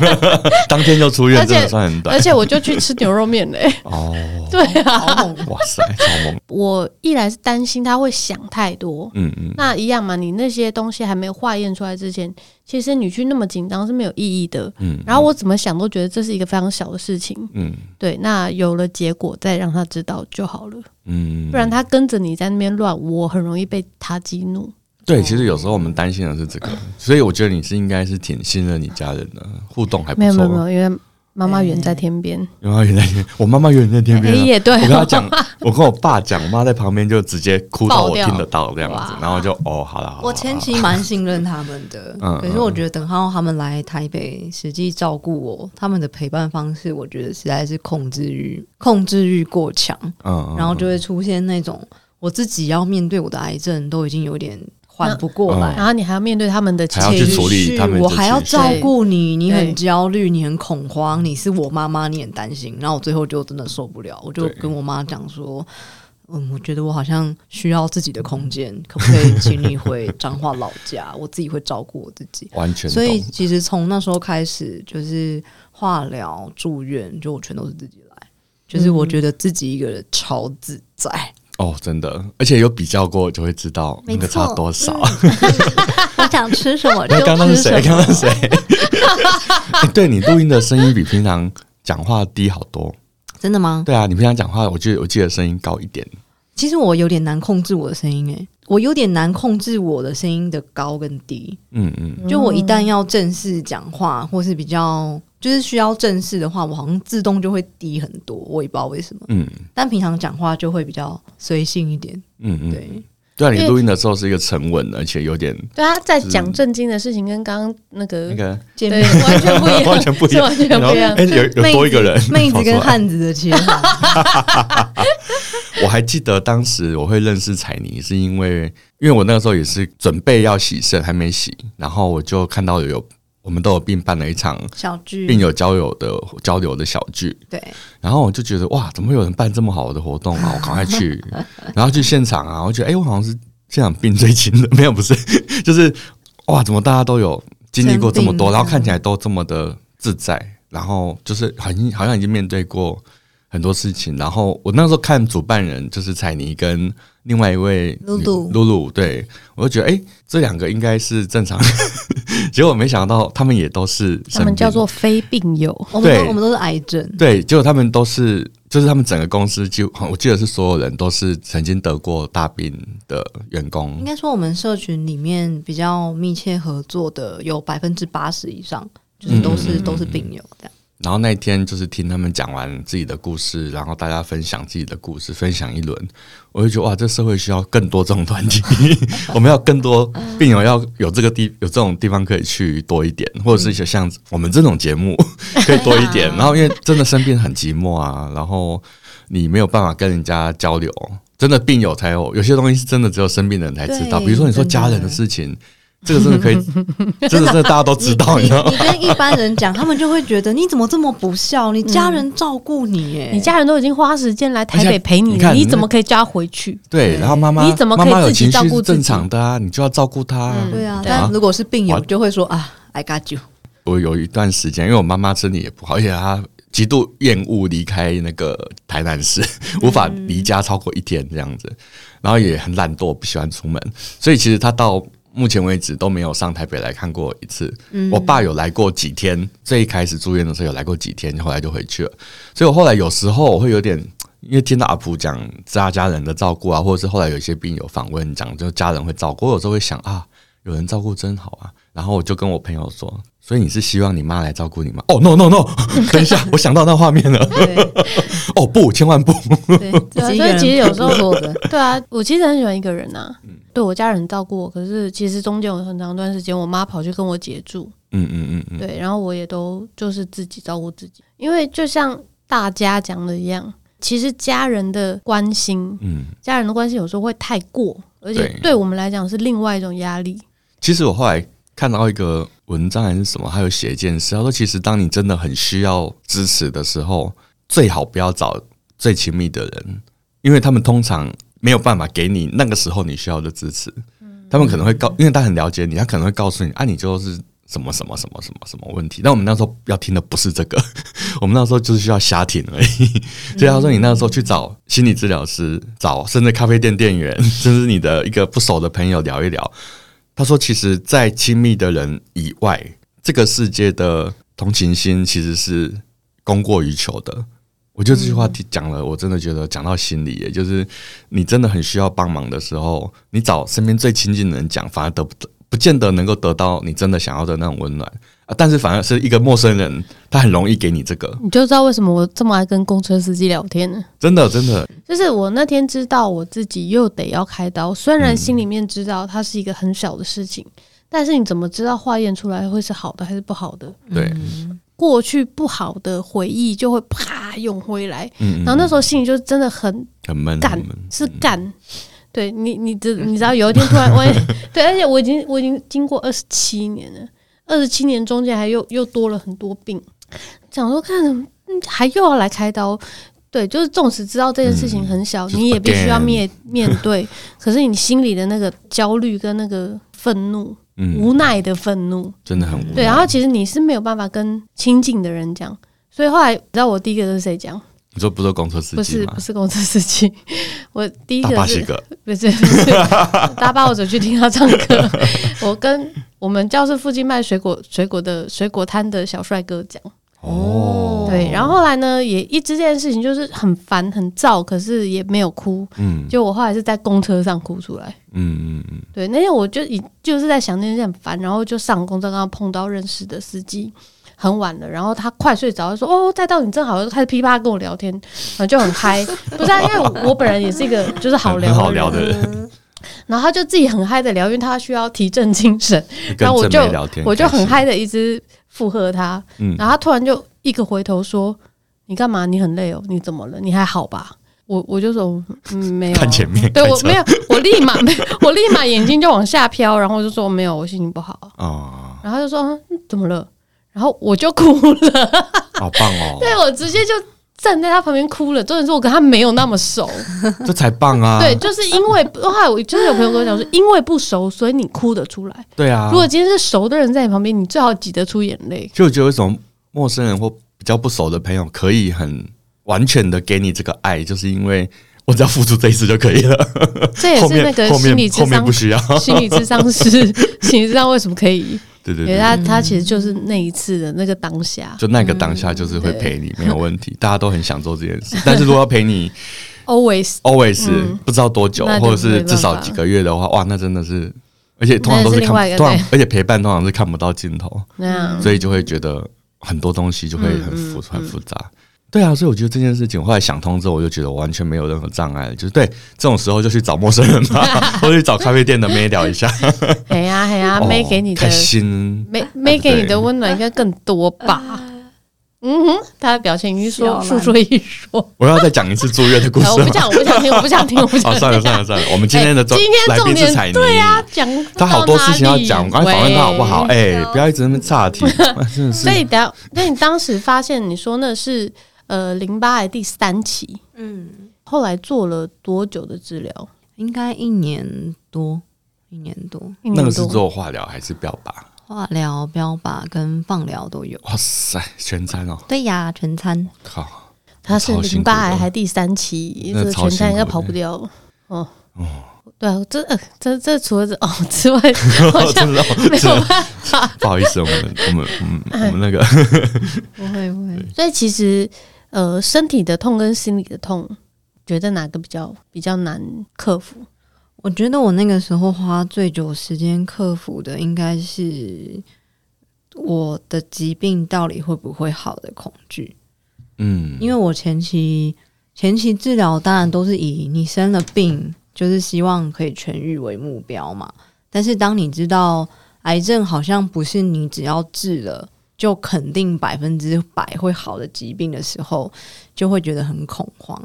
Speaker 1: 了，
Speaker 2: <laughs> 当天就出
Speaker 1: 而
Speaker 2: 院，
Speaker 1: 且
Speaker 2: 真的算很短
Speaker 1: 而且我就去吃牛肉面嘞、
Speaker 2: 哦。
Speaker 1: 对啊，
Speaker 3: 好猛，
Speaker 2: 哇塞，超猛！
Speaker 1: 我一来是担心他会想太多，
Speaker 2: 嗯嗯，
Speaker 1: 那一样嘛，你那些东西还没有化验出来之前，其实你去那么紧张是没有意义的。
Speaker 2: 嗯
Speaker 1: 然后我怎么想都觉得这是一个非常小的事情，
Speaker 2: 嗯
Speaker 1: 对。那有了结果再让他知道就好了，
Speaker 2: 嗯，
Speaker 1: 不然他跟着你在那边乱，我很容易被他激怒。
Speaker 2: 对，其实有时候我们担心的是这个，所以我觉得你是应该是挺信任你家人的，互动还不
Speaker 1: 没有没有没有，
Speaker 2: 错。
Speaker 1: 因为妈妈远在天边，
Speaker 2: 妈妈远在天，我妈妈远在天边啊。
Speaker 1: 也对哦，
Speaker 2: 我跟她讲，我跟我爸讲，我妈在旁边就直接哭到
Speaker 1: 爆
Speaker 2: 我
Speaker 1: 掉
Speaker 2: 听得到这样子
Speaker 1: 哇，
Speaker 2: 然后就哦，好了，好啦，
Speaker 3: 我前期蛮信任他们的
Speaker 2: 嗯
Speaker 3: 可是我觉得等浩他们来台北实际照顾我，他们的陪伴方式，我觉得实在是控制欲，控制欲过强，
Speaker 2: 好啦嗯，嗯
Speaker 3: 然后就会出现那种我自己要面对我的癌症都已经有点缓不过
Speaker 2: 嗯
Speaker 3: 来，
Speaker 1: 然后你还要面对他们的情
Speaker 2: 还要去
Speaker 1: 绪
Speaker 2: 处理他们
Speaker 3: 我
Speaker 2: 这
Speaker 3: 还要
Speaker 2: 情绪
Speaker 3: 照顾你，你
Speaker 1: 对
Speaker 3: 很焦虑，你很恐慌，你是我妈妈，你很担心，然后我最后就真的受不了，我就
Speaker 2: 对
Speaker 3: 跟我妈讲说。嗯，我觉得我好像需要自己的空间，可不可以请你回彰化老家？我自己会照顾我自
Speaker 2: <laughs>
Speaker 3: 己。
Speaker 2: 完全
Speaker 3: 所以
Speaker 2: 懂
Speaker 3: 其实从那时候开始，就是化疗、住院，就我全都是自己来，就是
Speaker 2: 嗯
Speaker 3: 我觉得自己一个人超自在。
Speaker 2: 哦，真的，而且有比较过就会知道那
Speaker 3: 没
Speaker 2: 个
Speaker 3: 错嗯
Speaker 2: 差多少。
Speaker 3: <laughs> 我想吃什么就
Speaker 2: 那刚刚
Speaker 3: 吃
Speaker 2: 是
Speaker 3: 什么
Speaker 2: 谁？。刚刚是谁？ <laughs> 哎对你录音的声音比平常讲话低好多。
Speaker 3: <laughs> 真的吗？
Speaker 2: 对啊，你平常讲话，我记得我记得声音高一点。
Speaker 3: 其实我有点难控制我的声音、诶，我有点难控制我的声音的高跟低。
Speaker 2: 嗯嗯，
Speaker 3: 就我一旦要正式讲话，或是比较就是需要正式的话，我好像自动就会低很多，我也不知道为什么。
Speaker 2: 嗯
Speaker 3: 但平常讲话就会比较随性一点，
Speaker 2: 嗯嗯，
Speaker 3: 对，
Speaker 2: 对啊，
Speaker 1: 因
Speaker 2: 你
Speaker 1: 为
Speaker 2: 录音的时候是一个沉稳，而且有点
Speaker 1: 对他在讲正经的事情，跟刚刚那个
Speaker 2: 嗯那
Speaker 3: <laughs>
Speaker 2: 个
Speaker 3: 见
Speaker 1: 对
Speaker 3: 面
Speaker 1: 完全不一样，
Speaker 2: <laughs> 完全不一样，
Speaker 1: 是完全
Speaker 2: 然后
Speaker 1: 不一样
Speaker 2: 哎，。有有多一个人
Speaker 3: 妹子
Speaker 2: 跑出
Speaker 3: 跟
Speaker 2: 来
Speaker 3: 汉子的切换，
Speaker 2: 我还记得当时我会认识彩妮，是因为因为我那个时候也是准备要洗肾，还没洗，然后我就看到有我们都有并办了一场
Speaker 3: 小
Speaker 2: 病
Speaker 3: 剧
Speaker 2: 友交友的交流的小聚，
Speaker 3: 对，
Speaker 2: 然后我就觉得哇，怎么会有人办这么好的活动啊？我赶快去， <laughs> 然后去现场啊，我觉得哎、我好像是现场病最轻的，没有不是， <laughs> 就是哇，怎么大家都有经历过这么
Speaker 3: 生
Speaker 2: 多，
Speaker 3: 病
Speaker 2: 然后看起来都这么的自在，然后就是很好像已经面对过很多事情。然后我那时候看主办人就是彩妮跟另外一位
Speaker 3: 露露
Speaker 2: 露露，对我就觉得哎、这两个应该是正常， <laughs> 结果没想到他们也都是
Speaker 1: 他们
Speaker 2: 生病
Speaker 1: 叫做非病友，
Speaker 3: 我们
Speaker 2: 对
Speaker 3: 都我们都是癌症，
Speaker 2: 对，结果他们都是，就是他们整个公司就，我记得是所有人都是曾经得过大病的员
Speaker 3: 应
Speaker 2: 工。
Speaker 3: 该说，我们社群里面比较密切合作的有百分之八十以上，
Speaker 1: 嗯
Speaker 3: 就是都是、都是病友这样。
Speaker 2: 然后那天就是听他们讲完自己的故事，然后大家分享自己的故事，分享一轮，我就觉得哇，这社会需要更多这种团体，我们要更多病友要有这个地有这种地方可以去多一点，或者是像我们这种节目 <laughs> 可以多一点。然后因为真的生病很寂寞啊，然后你没有办法跟人家交流，真的病友才有，有些东西是真的只有生病的人才知道。
Speaker 3: 对
Speaker 2: 比如说你说家人的事情，这个真的可以，真的真的大家都知道，你
Speaker 3: 你
Speaker 2: 知道吗？
Speaker 3: 你跟一般人
Speaker 1: <laughs>
Speaker 3: 讲，他们就会觉得你怎么这么不孝？你家人照顾你欸耶，
Speaker 1: 嗯你家人都已经花时间来台
Speaker 2: 而
Speaker 1: 北
Speaker 2: 且
Speaker 1: 陪你
Speaker 2: 你
Speaker 1: 了，
Speaker 2: 看
Speaker 1: 你
Speaker 2: 那
Speaker 1: 怎么可以叫他回去？
Speaker 2: 对，然后妈妈
Speaker 1: 你怎么可
Speaker 2: 妈
Speaker 1: 以
Speaker 2: 妈有
Speaker 1: 自己
Speaker 2: 情
Speaker 1: 照
Speaker 2: 绪
Speaker 1: 顾
Speaker 2: 是
Speaker 1: 自己
Speaker 2: 正常的啊，你就要照顾她、啊
Speaker 1: 嗯
Speaker 3: 对啊，
Speaker 1: 对啊
Speaker 3: 但如果是病友，
Speaker 2: 我
Speaker 3: 就会说啊，I got you。
Speaker 2: 我有一段时间，因为我妈妈身体也不好，而且她极度厌恶离开那个台南市，无法离家超过一天这样子，然后也很懒惰，不喜欢出门，所以其实她到目前为止都没有上台北来看过一次。我爸有来过几天，最一开始住院的时候有来过几天，后来就回去了。所以我后来有时候我会有点。因为听到阿普讲家家人的照顾啊，或者是后来有一些病友访问讲，就家人会照顾，我有时候会想啊，有人照顾真好啊。然后我就跟我朋友说，所以你是希望你妈来照顾你吗？哦、n o no <laughs> no，等一下，我想到那画面了。
Speaker 3: 对
Speaker 2: 哦不，千万不。
Speaker 3: 对，
Speaker 1: 对啊
Speaker 3: 自己
Speaker 1: 所
Speaker 3: 一
Speaker 1: 以
Speaker 3: 个
Speaker 1: 其实
Speaker 3: 人
Speaker 1: 有时候
Speaker 3: <laughs> 做的，
Speaker 1: 对啊，我其实很喜欢一个人啊。
Speaker 2: 嗯
Speaker 1: 对我家人很照顾我，可是其实中间有很长一段时间，我妈跑去跟我姐住，
Speaker 2: 嗯嗯嗯嗯，
Speaker 1: 对，然后我也都就是自己照顾自己，因为就像大家讲的一样，其实家人的关心，
Speaker 2: 嗯，
Speaker 1: 家人的关心有时候会太过，而且
Speaker 2: 对
Speaker 1: 对我们来讲是另外一种压力。
Speaker 2: 其实我后来看到一个文章还是什么，他有写一件事，他说其实当你真的很需要支持的时候，最好不要找最亲密的人，因为他们通常没有办法给你那个时候你需要的支持。他们可能会告，因为他很了解你，他可能会告诉你啊，你就是什么什么什么什么什么问题。但我们哦那时候要听的不是这个，我们那时候就是需要瞎听而已。所以他说，你那时候去找心理治疗师，找甚至咖啡店店员， <laughs> 甚至你的一个不熟的朋友聊一聊。他说，其实，在亲密的人以外，这个世界的同情心其实是供过于求的。我觉得这句话讲了，我真的觉得讲到心里耶，也就是你真的很需要帮忙的时候，你找身边最亲近的人讲，反而得不得不见得能够得到你真的想要的那种温暖啊。但是反而是一个陌生人，他很容易给你这个，
Speaker 1: 你就知道为什么我这么爱跟公车司机聊天呢？
Speaker 2: 真的真的，
Speaker 1: 就是我那天知道我自己又得要开刀，虽然心里面知道它是一个很小的事情，但是你怎么知道化验出来会是好的还是不好的？
Speaker 2: 对，
Speaker 1: 嗯过去不好的回忆就会啪涌回来，
Speaker 2: 嗯，
Speaker 1: 然后那时候心里就真的很
Speaker 2: 很闷，
Speaker 1: 干
Speaker 2: 很闷，
Speaker 1: 是干。对你，你
Speaker 2: <laughs>
Speaker 1: 知你知道有一天突然我也对，而且我已经我已经经过二十七年了，二十七年中间还又又多了很多病，想说看嗯还又要来开刀，对，就是纵使知道这件事情很小，
Speaker 2: 嗯就是
Speaker 1: 你也必须要
Speaker 2: again
Speaker 1: 面面对，可是你心里的那个焦虑跟那个愤怒、
Speaker 2: 嗯，
Speaker 1: 无奈的愤怒，
Speaker 2: 真的很无
Speaker 1: 对，啊
Speaker 2: 奈
Speaker 1: 然后其实你是没有办法跟亲近的人讲，所以后来你知道我第一个跟谁讲？
Speaker 2: 你说不是公车司
Speaker 1: 不
Speaker 2: 机
Speaker 1: 是
Speaker 2: 吗
Speaker 1: 不？是公车司机， <laughs> 我第一
Speaker 2: 大巴
Speaker 1: 个
Speaker 2: 西
Speaker 1: 是
Speaker 2: 哥，
Speaker 1: 不是不是，搭巴我走去听他唱歌。我跟我们教室附近卖水果水果的水果摊的小帅哥讲，
Speaker 2: 哦，
Speaker 1: 对，然后后来呢，也一直这件事情就是很烦很燥，可是也没有哭。
Speaker 2: 嗯
Speaker 1: 就我后来是在公车上哭出来。
Speaker 2: 嗯嗯嗯，
Speaker 1: 对，那天我就已就是在想那件事很烦，然后就上公车刚刚碰到认识的司机，很晚了，然后他快睡着，他说哦再到你正好，就开始噼啪跟我聊天，然后就很嗨，不是、啊、因为我我本人也是一个就是好
Speaker 2: 很
Speaker 1: 聊
Speaker 2: 很好聊
Speaker 1: 人
Speaker 2: 的人，
Speaker 1: 然后他就自己很嗨的聊，因为他需要提振精神，然
Speaker 2: <laughs> 跟
Speaker 1: 后我
Speaker 2: 正
Speaker 1: 就
Speaker 2: 妹聊天，
Speaker 1: 我就很
Speaker 2: 开
Speaker 1: 嗨的一直附和他，
Speaker 2: 心，嗯
Speaker 1: 然后他突然就一个回头说：“你干嘛？你很累哦，你怎么了？你还好吧？”我我就说：“嗯，没有。”
Speaker 2: 看前面
Speaker 1: 对
Speaker 2: 开
Speaker 1: 我
Speaker 2: 车
Speaker 1: 没有，我立马 <laughs> 没，我立马眼睛就往下飘，然后我就说没有，我心情不好啊。
Speaker 2: 哦，
Speaker 1: 然后他就说、嗯、怎么了？然后我就哭了， <laughs>
Speaker 2: 好棒哦，
Speaker 1: 对我直接就站在他旁边哭了。重点是我跟他没有那么熟，
Speaker 2: <laughs> 这才棒啊，
Speaker 1: 对，就是因为后来我就是有朋友跟我讲说，因为不熟，所以你哭得出来。
Speaker 2: 对啊，
Speaker 1: 如果今天是熟的人在你旁边，你最好挤得出眼
Speaker 2: <laughs>
Speaker 1: 泪。
Speaker 2: 就我觉得为什么陌生人或比较不熟的朋友可以很完全的给你这个爱，就是因为我只要付出这一次就可以了，
Speaker 1: 这也
Speaker 2: <laughs> 后
Speaker 1: 是
Speaker 2: 面
Speaker 1: 那个
Speaker 2: 后
Speaker 1: 心理
Speaker 2: 面
Speaker 1: 智
Speaker 2: 后面
Speaker 1: 商
Speaker 2: 不，需要。
Speaker 1: <laughs> 心理智商
Speaker 2: <laughs>
Speaker 1: 是心理智商为什么可以？
Speaker 2: 对对
Speaker 1: 因为
Speaker 2: 对，
Speaker 1: 他他其实就是那一次的那个当下。
Speaker 2: 就那个当
Speaker 1: 嗯
Speaker 2: 下就是会陪
Speaker 1: <laughs>
Speaker 2: 你，没有问题，大家都很享受这件事。但是如果要陪你
Speaker 1: Always，
Speaker 2: always 不知道多久，
Speaker 1: 嗯那就
Speaker 2: 或者是
Speaker 1: 没办法
Speaker 2: 至少几个月的话，哇，那真的是。而且通常都是
Speaker 1: 那是另外一
Speaker 2: 看，
Speaker 1: 个
Speaker 2: 通常而且陪伴通常是看不到尽头，
Speaker 1: 那样
Speaker 2: 所以就会觉得很多东西就会很复、
Speaker 1: 嗯嗯
Speaker 2: 很复杂。对啊，所以我觉得这件事情，我后来想通之后，我就觉得我完全没有任何障碍了。就是对这种时候就去找陌生人
Speaker 1: <laughs>
Speaker 2: 吧，或者去找咖啡店的妹聊一下。
Speaker 1: 哎呀哎呀，没给你的
Speaker 2: 哦开心，
Speaker 1: 没没给你的温暖应该更多吧？嗯哼，他的表情一说
Speaker 3: 笑
Speaker 1: 述
Speaker 3: 了
Speaker 1: 说一说，
Speaker 2: 我要再讲一次住院的 <laughs> 故 <laughs>
Speaker 1: 啊我
Speaker 2: 事
Speaker 1: 不
Speaker 2: 吗？
Speaker 1: 讲，我不想听，我不
Speaker 2: <laughs>
Speaker 1: 想 <laughs> 听，我不
Speaker 2: 好，
Speaker 1: 想听。
Speaker 2: 哦算了算了算了，我们今天的重
Speaker 1: 哎今天
Speaker 2: 来
Speaker 1: 重
Speaker 2: 宾
Speaker 1: 点
Speaker 2: 是彩妮，
Speaker 1: 对呀，讲
Speaker 2: 她好多事情要讲，我
Speaker 1: 到
Speaker 2: 赶快访问她好不好？
Speaker 1: 哪里？
Speaker 2: 哎，不要一直在那边岔题，真的是
Speaker 1: 所。以等下，那你当时发现你说那是呃淋巴癌第三期，
Speaker 3: 嗯，
Speaker 1: 后来做了多久的治疗？
Speaker 3: 应该一年多，一年多，
Speaker 1: 一年
Speaker 2: 那个
Speaker 1: 多
Speaker 2: 是做化疗还是标靶？
Speaker 3: 化疗、标靶跟放疗都有。
Speaker 2: 哇塞，全餐
Speaker 3: <laughs>
Speaker 2: 哦！
Speaker 3: 对呀，全餐。
Speaker 2: 靠，
Speaker 1: 他是
Speaker 2: 超辛
Speaker 1: 淋
Speaker 2: 苦
Speaker 1: 巴癌
Speaker 2: 的
Speaker 1: 还第三期，
Speaker 2: 那
Speaker 1: 这个
Speaker 2: 超
Speaker 1: 全
Speaker 2: 辛
Speaker 1: 餐应该
Speaker 2: 苦
Speaker 1: 跑
Speaker 2: 的
Speaker 1: 不掉哦。哦，对啊，这呃这这除了这哦之
Speaker 2: <laughs>
Speaker 1: 外，好像
Speaker 2: 真的哦
Speaker 1: 没
Speaker 2: 真的
Speaker 1: 有办法。
Speaker 2: 不好意思，我们我们我们我们那
Speaker 3: <laughs>
Speaker 2: 个
Speaker 3: 不会不会，
Speaker 1: 所以其实呃，身体的痛跟心理的痛，觉得哪个比较比较难克服？
Speaker 3: 我觉得我那个时候花最久时间克服的，应该是我的疾病到底会不会好的恐惧。
Speaker 2: 嗯，
Speaker 3: 因为我前期前期治疗当然都是以你生了病，就是希望可以痊愈为目标嘛。但是当你知道癌症好像不是你只要治了就肯定百分之百会好的疾病的时候，就会觉得很恐慌。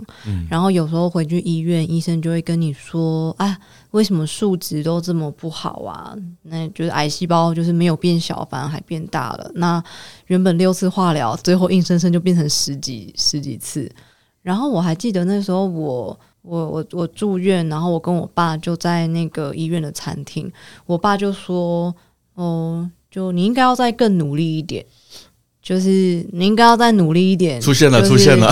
Speaker 3: 然后有时候回去医院，医生就会跟你说：“啊，为什么数值都这么不好啊？那就是癌细胞就是没有变小，反而还变大了。那原本六次化疗，最后硬生生就变成十几十几次。然后我还记得那时候我我我我住院，然后我跟我爸就在那个医院的餐厅，我爸就说：“哦，就你应该要再更努力一点，就是你应该要再努力一点。”
Speaker 2: 出现了，出现了，，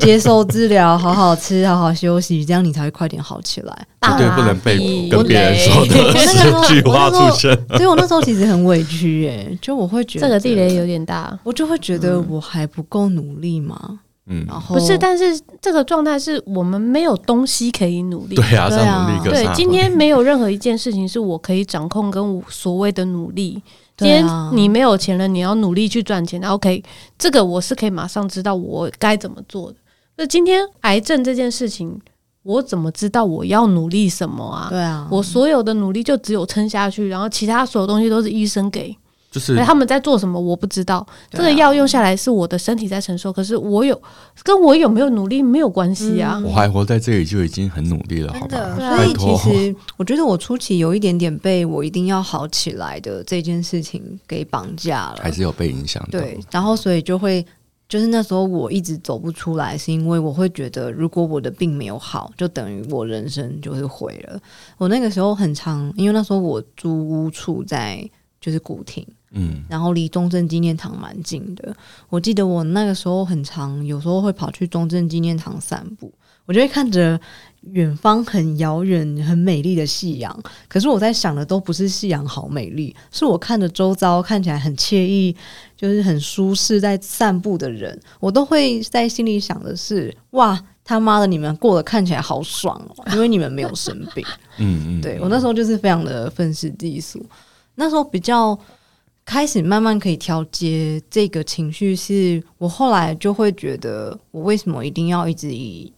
Speaker 3: 接受治疗，好好吃，好好休息，这样你才会快点好起来。
Speaker 1: 大
Speaker 2: 绝对不能被
Speaker 1: 地
Speaker 2: 跟别人说
Speaker 1: 雷
Speaker 3: <laughs>
Speaker 2: 的这句话出现。
Speaker 3: 所以我那时候其实很委屈耶、就我会觉得
Speaker 1: 这个地雷有点大。
Speaker 3: 我就会觉得我还不够努力嘛。
Speaker 2: 嗯，
Speaker 3: 然后
Speaker 1: 不是，但是这个状态是我们没有东西可以努力。
Speaker 2: 对啊，这
Speaker 3: 对啊
Speaker 2: 样努力个
Speaker 1: 对
Speaker 2: 啥，？
Speaker 1: 今天没有任何一件事情是我可以掌控跟我所谓的努力。今
Speaker 3: 对
Speaker 1: 天
Speaker 3: 啊
Speaker 1: 你没有钱了，你要努力去赚钱。OK，这啊个我是可以马上知道我该怎么做的。那今天癌症这件事情，我怎么知道我要努力什么啊？
Speaker 3: 对啊，
Speaker 1: 我所有的努力就只有撑下去，然后其他所有东西都是医生给，
Speaker 2: 就是
Speaker 1: 而
Speaker 3: 哎
Speaker 1: 他们在做什么我不知道。
Speaker 3: 对
Speaker 1: 这
Speaker 3: 啊
Speaker 1: 个药用下来是我的身体在承受，可是我有跟我有没有努力没有关系啊。
Speaker 3: 嗯
Speaker 2: 我还活在这里就已经很努力了，好
Speaker 3: 真
Speaker 2: 吧
Speaker 3: 的，？
Speaker 1: 对啊
Speaker 3: 所以
Speaker 2: 拜托
Speaker 3: 其实我觉得我初期有一点点被我一定要好起来的这件事情给绑架了
Speaker 2: 还，是有被影响的。
Speaker 3: 对，然后所以就会。就是那时候我一直走不出来，是因为我会觉得，如果我的病没有好，就等于我人生就是毁了。我那个时候很长，因为那时候我租屋处在就是古亭，
Speaker 2: 嗯，
Speaker 3: 然后离中正纪念堂蛮近的。我记得我那个时候很常，有时候会跑去中正纪念堂散步，我就会看着远方很遥远、很美丽的夕阳。可是我在想的都不是夕阳好美丽，是我看着周遭看起来很惬意、就是很舒适在散步的人，我都会在心里想的是：哇，他妈的，你们过得看起来好爽哦， <laughs> 因为你们没有生病。
Speaker 2: 嗯嗯，
Speaker 3: 对我那时候就是非常的愤世嫉俗，那时候比较开始慢慢可以调节这个情绪，是我后来就会觉得，我为什么一定要一直以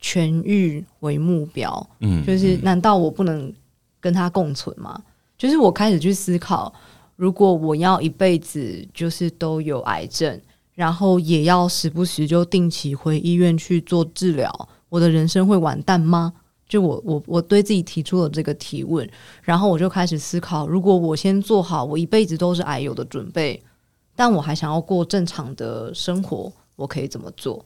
Speaker 3: 痊愈为目标？
Speaker 2: 嗯，
Speaker 3: 就是难道我不能跟他共存吗？就是我开始去思考，如果我要一辈子就是都有癌症，然后也要时不时就定期回医院去做治疗，我的人生会完蛋吗？就我我我对自己提出了这个提问，然后我就开始思考，如果我先做好我一辈子都是癌友的准备，但我还想要过正常的生活，我可以怎么做？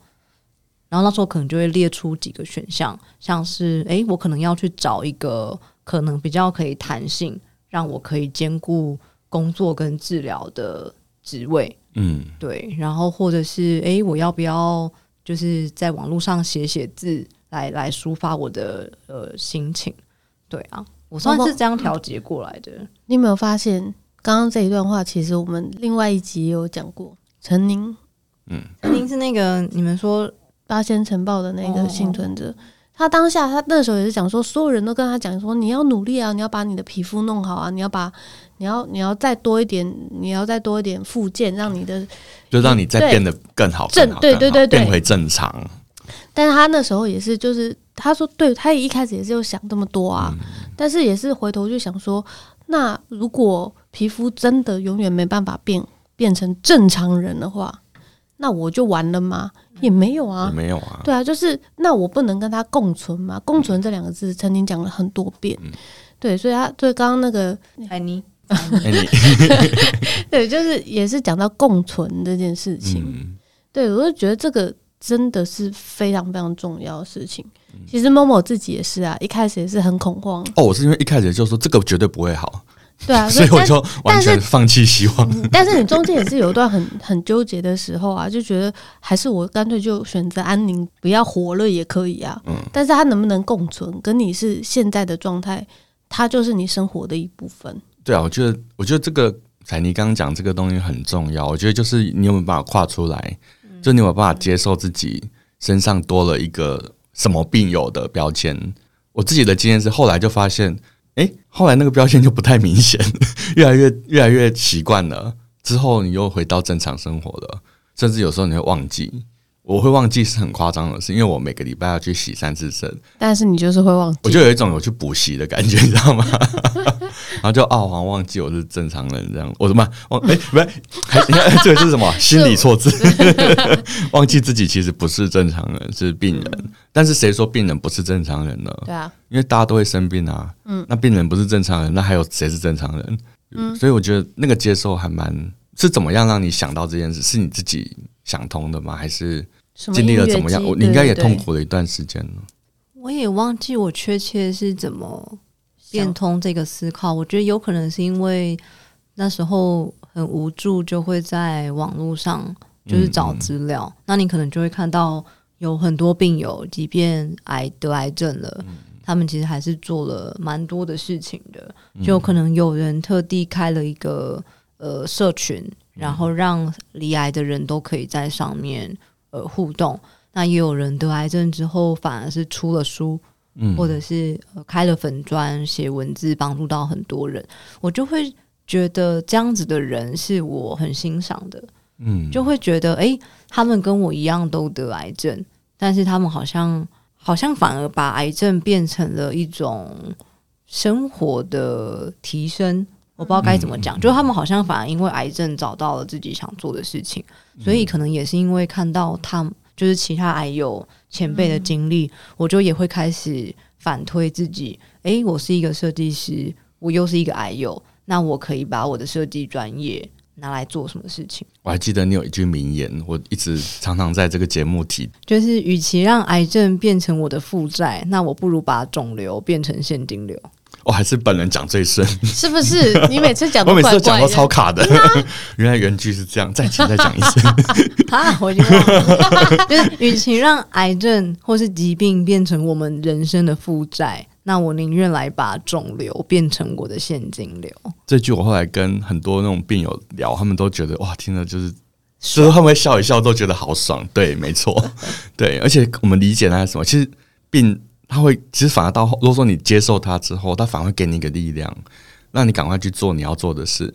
Speaker 3: 然后那时候可能就会列出几个选项，像是诶，我可能要去找一个可能比较可以弹性，让我可以兼顾工作跟治疗的职位，
Speaker 2: 嗯，
Speaker 3: 对，然后或者是诶，我要不要就是在网络上写写字来来抒发我的呃心情？对啊，我算是这样调节过来
Speaker 2: 哦
Speaker 3: 的。
Speaker 1: 你有没有发现，刚刚这一段话其实我们另外一集也有讲过，陈宁
Speaker 2: 哦
Speaker 3: 您是那个你们说
Speaker 1: 八仙城堡的
Speaker 3: 哦
Speaker 1: 那个幸存者。他当下，他那时候也是讲说，所有人都跟他讲说，你要努力啊，你要把你的皮肤弄好啊，你要把，你要你要再多一点，你要再多一点附件，让你的
Speaker 2: 就让你再变得更好，
Speaker 1: 正
Speaker 2: 更好
Speaker 1: 对
Speaker 2: 更好
Speaker 1: 对对对
Speaker 2: 变回正常。
Speaker 1: 但是他那时候也是，就是他说对，他一开始也是有想这么多啊，
Speaker 2: 嗯
Speaker 1: 但是也是回头就想说，那如果皮肤真的永远没办法变变成正常人的话，那我就完了吗？也没有
Speaker 2: 嗯也
Speaker 1: 啊，
Speaker 2: 没嗯有啊，
Speaker 1: 对啊，就是那我不能跟他共存嘛，共存这两个字曾经讲了很多遍，
Speaker 2: 嗯
Speaker 1: 对，所以他对刚刚那个
Speaker 3: 海尼，
Speaker 2: 哎你
Speaker 1: 对，就是也是讲到共存这件事情，
Speaker 2: 嗯，
Speaker 1: 对，我就觉得这个真的是非常非常重要的事情。
Speaker 2: 嗯
Speaker 1: 其实某某自己也是啊，一开始也是很恐慌，
Speaker 2: 哦，我是因为一开始就说这个绝对不会好，
Speaker 1: 对
Speaker 2: <laughs>
Speaker 1: 啊，
Speaker 2: 所以我
Speaker 1: 但嗯
Speaker 2: 就完全放弃希望。
Speaker 1: 但是你中间也是有一段很很纠结的时候啊，就觉得还是我干脆就选择安宁，不要活了也可以啊。
Speaker 2: 嗯
Speaker 1: 但是它能不能共存，跟你是现在的状态，它就是你生活的一部分。
Speaker 2: 对啊，我觉得，我觉得这个彩妮刚刚讲这个东西很重要。我觉得就是你有没有办法跨出来，
Speaker 1: 嗯
Speaker 2: 就你有没有办法接受自己身上多了一个什么病友的标签。我自己的经验是，后来就发现，诶，后来那个标签就不太明显， <laughs> 越来越越来越习惯了。之后你又回到正常生活了，甚至有时候你会忘记。我会忘记是很夸张的事，因为我每个礼拜要去洗三次身，
Speaker 1: 但是你就是会忘
Speaker 2: 我就有一种有去补习的感觉， <laughs> 你知道吗？然后就啊，我好像忘记我是正常人这样，我怎么忘？哎、不是，还 <laughs> 这个
Speaker 1: <laughs>
Speaker 2: 是什么？心理错字， <laughs> 忘记自己其实不是正常人，是病人。
Speaker 1: 嗯
Speaker 2: 但是谁说病人不是正常人呢？
Speaker 1: 对啊，
Speaker 2: 因为大家都会生病啊。嗯，那病人不是正常人，那还有谁是正常人？嗯，所以我觉得那个接受还蛮是怎么样让你想到这件事？是你自己想通的吗？还是
Speaker 1: 什么
Speaker 2: 经历了
Speaker 1: 音乐
Speaker 2: 怎么样？
Speaker 1: 季
Speaker 2: 我你应该也
Speaker 1: 对对
Speaker 2: 痛
Speaker 1: 对
Speaker 2: 苦了一段时间了。
Speaker 3: 我也忘记我确切是怎么变通这个思考。我觉得有可能是因为那时候很无助，就会在网络上就是找资料，那你可能就会看到有很多病友，即便癌得癌症了。他们其实还是做了蛮多的事情的，就可能有人特地开了一个呃社群，然后让离癌的人都可以在上面呃互动。那也有人得癌症之后，反而是出了书，
Speaker 2: 嗯
Speaker 3: 或者是、呃、开了粉砖写文字，帮助到很多人。我就会觉得这样子的人是我很欣赏的，
Speaker 2: 嗯
Speaker 3: 就会觉得诶，他们跟我一样都得癌症，但是他们好像好像反而把癌症变成了一种生活的提升。我不知道该怎么讲，就他们好像反而因为癌症找到了自己想做的事情，所以可能也是因为看到他们就是其他癌友前辈的经历，我就也会开始反推自己。诶，我是一个设计师，我又是一个癌友，那我可以把我的设计专业拿来做什么事情？
Speaker 2: 我还记得你有一句名言，我一直常常在这个节目提。
Speaker 3: 就是与其让癌症变成我的负债，那我不如把肿瘤变成现金 <laughs> 流。
Speaker 2: 我、哦还是本人讲
Speaker 1: <laughs>
Speaker 2: 最深，
Speaker 1: 是不是？你每次讲
Speaker 2: <laughs> 我
Speaker 1: 都
Speaker 2: 每次
Speaker 1: 怪
Speaker 2: 都讲
Speaker 1: 怪
Speaker 2: 到超
Speaker 1: 的，
Speaker 2: 卡的。 <laughs> 原来原句是这样，再请再讲一次。
Speaker 3: 啊，我已经忘了， <laughs> 就是与其让癌症或是疾病变成我们人生的负债，那我宁愿来把肿瘤变成我的现金流。
Speaker 2: 这句我后来跟很多那种病友聊，他们都觉得哇，听了就是，就是他们会笑一笑，都觉得好爽。对，没错，
Speaker 1: <laughs>
Speaker 2: 对，而且我们理解它是什么，其实病它会，其实反而到后如果说你接受它之后，它反而会给你一个力量，让你赶快去做你要做的事。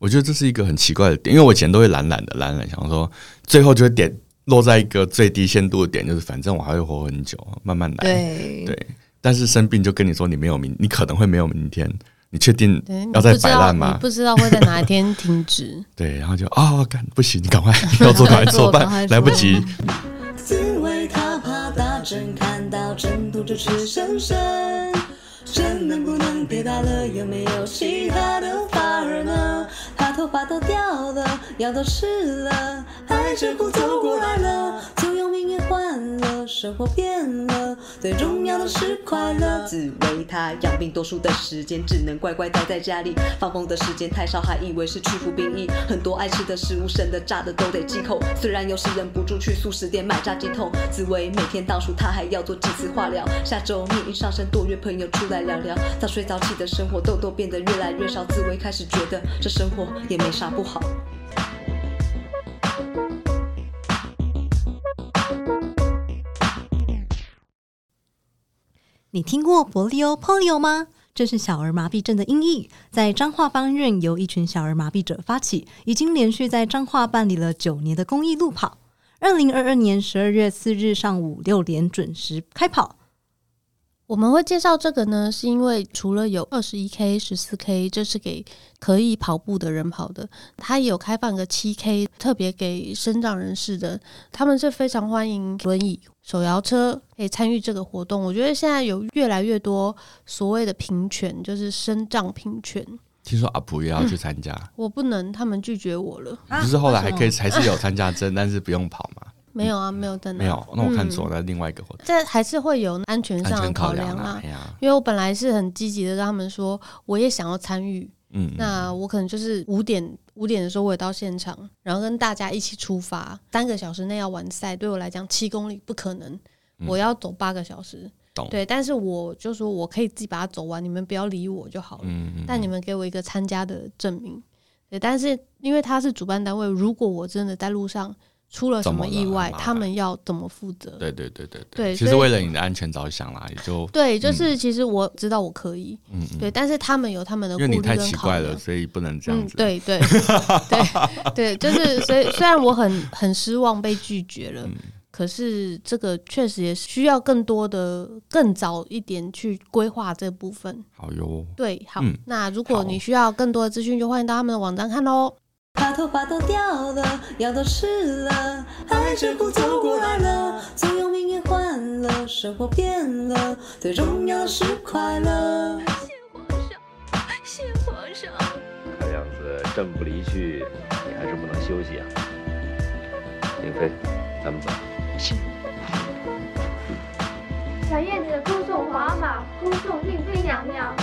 Speaker 2: 我觉得这是一个很奇怪的点，因为我以前都会懒懒的，懒懒想说，最后就会点落在一个最低限度的点，就是反正我还会活很久，慢慢来。
Speaker 3: 对，
Speaker 2: 对，但是生病就跟你说你没有明，你可能会没有明天，你确定
Speaker 1: 对你不
Speaker 2: 要再
Speaker 1: 知
Speaker 2: 摆
Speaker 1: 道
Speaker 2: 烂
Speaker 1: 你
Speaker 2: 吗？
Speaker 1: 不知道会在哪一天停止。
Speaker 2: 对，然后就啊，干、不行，你
Speaker 1: <laughs>
Speaker 2: 赶快要做，赶快做，不
Speaker 3: 赶快
Speaker 2: 然
Speaker 3: 做
Speaker 2: 来不及。
Speaker 4: 因为他怕打针，看到针头就直生生。针能不能别打了？有没有其他的法儿呢？他头发都掉了，药都吃了，挨着苦走过来了，就用命运换了，生活变了，最重要的是快乐。紫薇她养病，多数的时间只能乖乖待在家里，放风的时间太少，还以为是去服兵役。很多爱吃的食物，生的炸的都得忌口。虽然有时忍不住去素食店买炸鸡桶，紫薇每天倒数，她还要做几次化疗。下周命运上升，多约朋友出来聊聊。早睡早起的生活，痘痘变得越来越少，紫薇开始觉得这生活也没啥不好。
Speaker 3: 你听过博利欧 （polio） 吗？这是小儿麻痹症的音译，在彰化方院由一群小儿麻痹者发起，已经连续在彰化办理了九年的公益路跑。二零二二年十二月四日上午六点准时开跑。
Speaker 1: 我们会介绍这个呢，是因为除了有二十一 K、十四 K，这是给可以跑步的人跑的，它也有开放个七 K，特别给身障人士的，他们是非常欢迎轮椅、手摇车可以参与这个活动。我觉得现在有越来越多所谓的平权，就是身障平权，
Speaker 2: 听说阿普也要去参加，
Speaker 1: 我不能，他们拒绝我了。
Speaker 2: 不是后来还可以还是有参加证，但是不用跑嘛？
Speaker 1: 没有啊，没有在哪
Speaker 2: 没有，那我
Speaker 1: 嗯
Speaker 2: 看错了，另外一个活动，
Speaker 1: 这还是会有安全
Speaker 2: 安
Speaker 1: 上的
Speaker 2: 全
Speaker 1: 考
Speaker 2: 考
Speaker 1: 量
Speaker 2: 量
Speaker 1: 啊
Speaker 2: 啦。。哎呀，
Speaker 1: 因为我本来是很积极的跟他们说，我也想要参与，
Speaker 2: 嗯，
Speaker 1: 那我可能就是五点五点的时候我也到现场，然后跟大家一起出发，三个小时内要完赛，对我来讲七公里不可能，我要走八个小时。
Speaker 2: 嗯懂
Speaker 1: 对，但是我就说我可以自己把它走完，你们不要理我就好了。
Speaker 2: 嗯嗯，
Speaker 1: 但你们给我一个参加的证明。对，但是因为他是主办单位，如果我真的在路上出了什么意
Speaker 2: 怎么了
Speaker 1: 外
Speaker 2: 很，麻烦
Speaker 1: 他们要怎么负责？
Speaker 2: 对对对对
Speaker 1: 对
Speaker 2: 其
Speaker 1: 所
Speaker 2: 实
Speaker 1: 以
Speaker 2: 为了你的安全着想啦，也就
Speaker 1: 对，就是其实我知道我可以，
Speaker 2: 嗯嗯，
Speaker 1: 对，但是他们有他们的
Speaker 2: 因
Speaker 1: 顾
Speaker 2: 为你
Speaker 1: 虑
Speaker 2: 太
Speaker 1: 跟
Speaker 2: 奇
Speaker 1: 考
Speaker 2: 怪
Speaker 1: 量。
Speaker 2: 了，所以不能这样子。
Speaker 1: 嗯、对
Speaker 2: <laughs>
Speaker 1: 对对对，就是所以虽然我很很失望被拒绝了，
Speaker 2: 嗯
Speaker 1: 可是这个确实也需要更多的、更早一点去规划这部分。
Speaker 2: 好哟，
Speaker 1: 对，好，
Speaker 2: 嗯
Speaker 1: 那如果
Speaker 2: 好
Speaker 1: 你需要更多的资讯，就欢迎到他们的网站看喽。。
Speaker 3: 啊
Speaker 4: 他头发都掉了，药都吃了，挨着苦走过来了，总有命运换了，生活变了，最重要的是快乐。
Speaker 5: 看样子朕不离去，你还是不能休息啊。令妃，咱们走。是。
Speaker 6: 小燕子歌颂华马，歌颂令妃娘娘。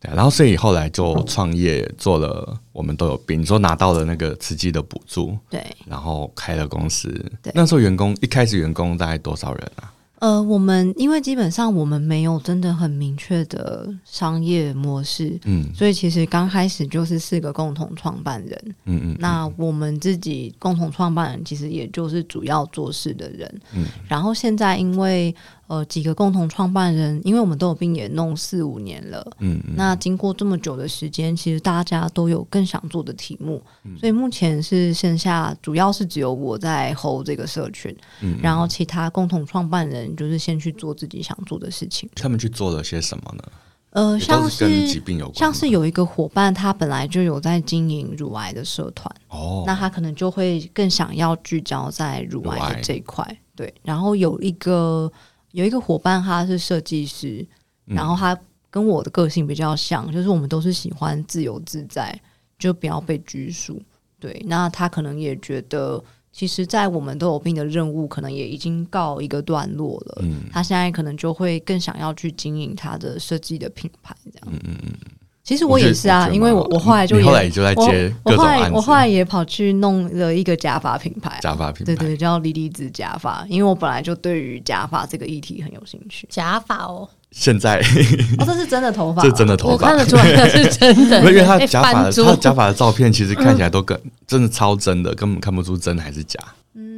Speaker 2: 对啊然后所以后来就创业做了，我们都有病，你说拿到了那个慈济的补助，
Speaker 3: 对，
Speaker 2: 然后开了公司
Speaker 3: 对。
Speaker 2: 那时候员工一开始员工大概多少人啊？
Speaker 3: 呃，我们因为基本上我们没有真的很明确的商业模式，
Speaker 2: 嗯
Speaker 3: 所以其实刚开始就是四个共同创办人。
Speaker 2: 嗯嗯，
Speaker 3: 那我们自己共同创办人其实也就是主要做事的人。
Speaker 2: 嗯
Speaker 3: 然后现在因为呃几个共同创办人，因为我们都有病也弄四五年了，
Speaker 2: 嗯嗯
Speaker 3: 那经过这么久的时间，其实大家都有更想做的题目，
Speaker 2: 嗯
Speaker 3: 所以目前是剩下主要是只有我在 hold 这个社群，
Speaker 2: 嗯嗯
Speaker 3: 然后其他共同创办人就是先去做自己想做的事情。
Speaker 2: 他们去做了些什么呢？
Speaker 3: 呃，
Speaker 2: 也都
Speaker 3: 像
Speaker 2: 是跟疾
Speaker 3: 是
Speaker 2: 病有关吗，
Speaker 3: 像是有一个伙伴，他本来就有在经营乳癌的社团，
Speaker 2: 哦，
Speaker 3: 那他可能就会更想要聚焦在乳癌的这一块。对，然后有一个有一个伙伴，他是设计师，
Speaker 2: 嗯
Speaker 3: 然后他跟我的个性比较像，就是我们都是喜欢自由自在，就不要被拘束。对，那他可能也觉得，其实，在我们都有病的任务，可能也已经告一个段落了。
Speaker 2: 嗯
Speaker 3: 他现在可能就会更想要去经营他的设计的品牌，这样。
Speaker 2: 嗯嗯嗯，
Speaker 3: 其实我也是啊，
Speaker 2: 觉得
Speaker 3: 因为我
Speaker 2: 蛮好的
Speaker 3: 我后来就
Speaker 2: 你
Speaker 3: 也
Speaker 2: 后来也就在接
Speaker 3: 我
Speaker 2: 各种
Speaker 3: 我后
Speaker 2: 案
Speaker 3: 来
Speaker 2: 子，
Speaker 3: 我后来也跑去弄了一个假发品牌啊、
Speaker 2: 假发品牌，
Speaker 3: 对对，叫莉莉子假发，因为我本来就对于假发这个议题很有兴趣
Speaker 1: 假发哦，
Speaker 2: 现在 <laughs>
Speaker 3: 哦，这是真的头发，
Speaker 2: 这真的
Speaker 1: 我
Speaker 2: 头发
Speaker 1: 看得。
Speaker 2: <laughs>
Speaker 1: 出来是真的，
Speaker 2: 因为
Speaker 1: <laughs>
Speaker 2: 他
Speaker 1: 被
Speaker 2: 假发
Speaker 1: 哎翻
Speaker 2: 的，
Speaker 1: 桌
Speaker 2: 他假发的照片其实看起来都跟真的超真的，根本看不出真还是假。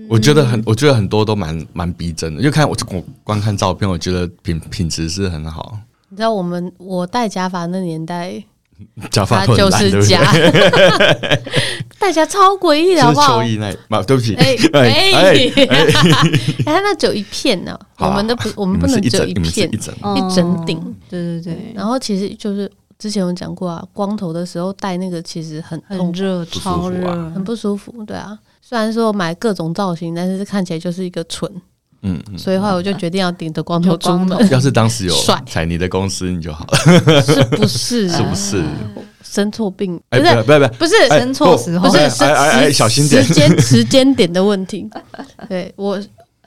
Speaker 2: 我觉得很，我觉得很多都蛮蛮逼真的。就看我就我光看照片，我觉得品品质是很好，
Speaker 1: 你知道我们我戴假发那年代，
Speaker 2: 假发
Speaker 1: 他就
Speaker 2: 都很烂，对
Speaker 1: 是
Speaker 2: 不对 <laughs>
Speaker 1: 假？， <laughs> 戴假超诡异的好
Speaker 2: 就是
Speaker 1: 不好
Speaker 2: 秋？意那，嘛，对不起，
Speaker 1: <laughs> 哎哎
Speaker 2: <laughs> 哎，
Speaker 1: <laughs> 哎，他那只有一片呢，我
Speaker 2: 好啦
Speaker 1: 们的不，我
Speaker 2: 你
Speaker 1: 们不
Speaker 2: 们是
Speaker 1: 能
Speaker 2: 一
Speaker 1: 只有
Speaker 2: 整，
Speaker 1: 一
Speaker 2: 你们是
Speaker 1: 片
Speaker 2: 一，整，
Speaker 3: 嗯
Speaker 1: 一整顶。
Speaker 3: 对对对，
Speaker 1: 然后其实就是之前有讲过啊，光头的时候戴那个其实很
Speaker 3: 很
Speaker 1: 痛，
Speaker 3: 热，
Speaker 2: 舒服
Speaker 3: 超热，
Speaker 2: 啊
Speaker 1: 很不舒服。对啊，虽然说买各种造型，但是看起来就是一个蠢，
Speaker 2: 嗯嗯。
Speaker 1: 所以后来我就决定要顶着光头
Speaker 3: 有
Speaker 1: 出
Speaker 3: 光
Speaker 1: 门
Speaker 3: 头，
Speaker 2: 要是当时有
Speaker 1: 帅
Speaker 2: 踩你的公司，你就好
Speaker 1: <laughs>
Speaker 2: 了，
Speaker 1: 是不是？啊
Speaker 2: <laughs> 是不是？
Speaker 1: 生错病？嗯不是，
Speaker 2: 哎，不要不要不要，
Speaker 1: 不是，
Speaker 2: 哎
Speaker 3: 生错时候
Speaker 1: 不
Speaker 2: 哎
Speaker 1: 是，是
Speaker 2: 哎哎哎，
Speaker 1: 时
Speaker 2: 小心点
Speaker 1: 时，间时间点的问题。对我，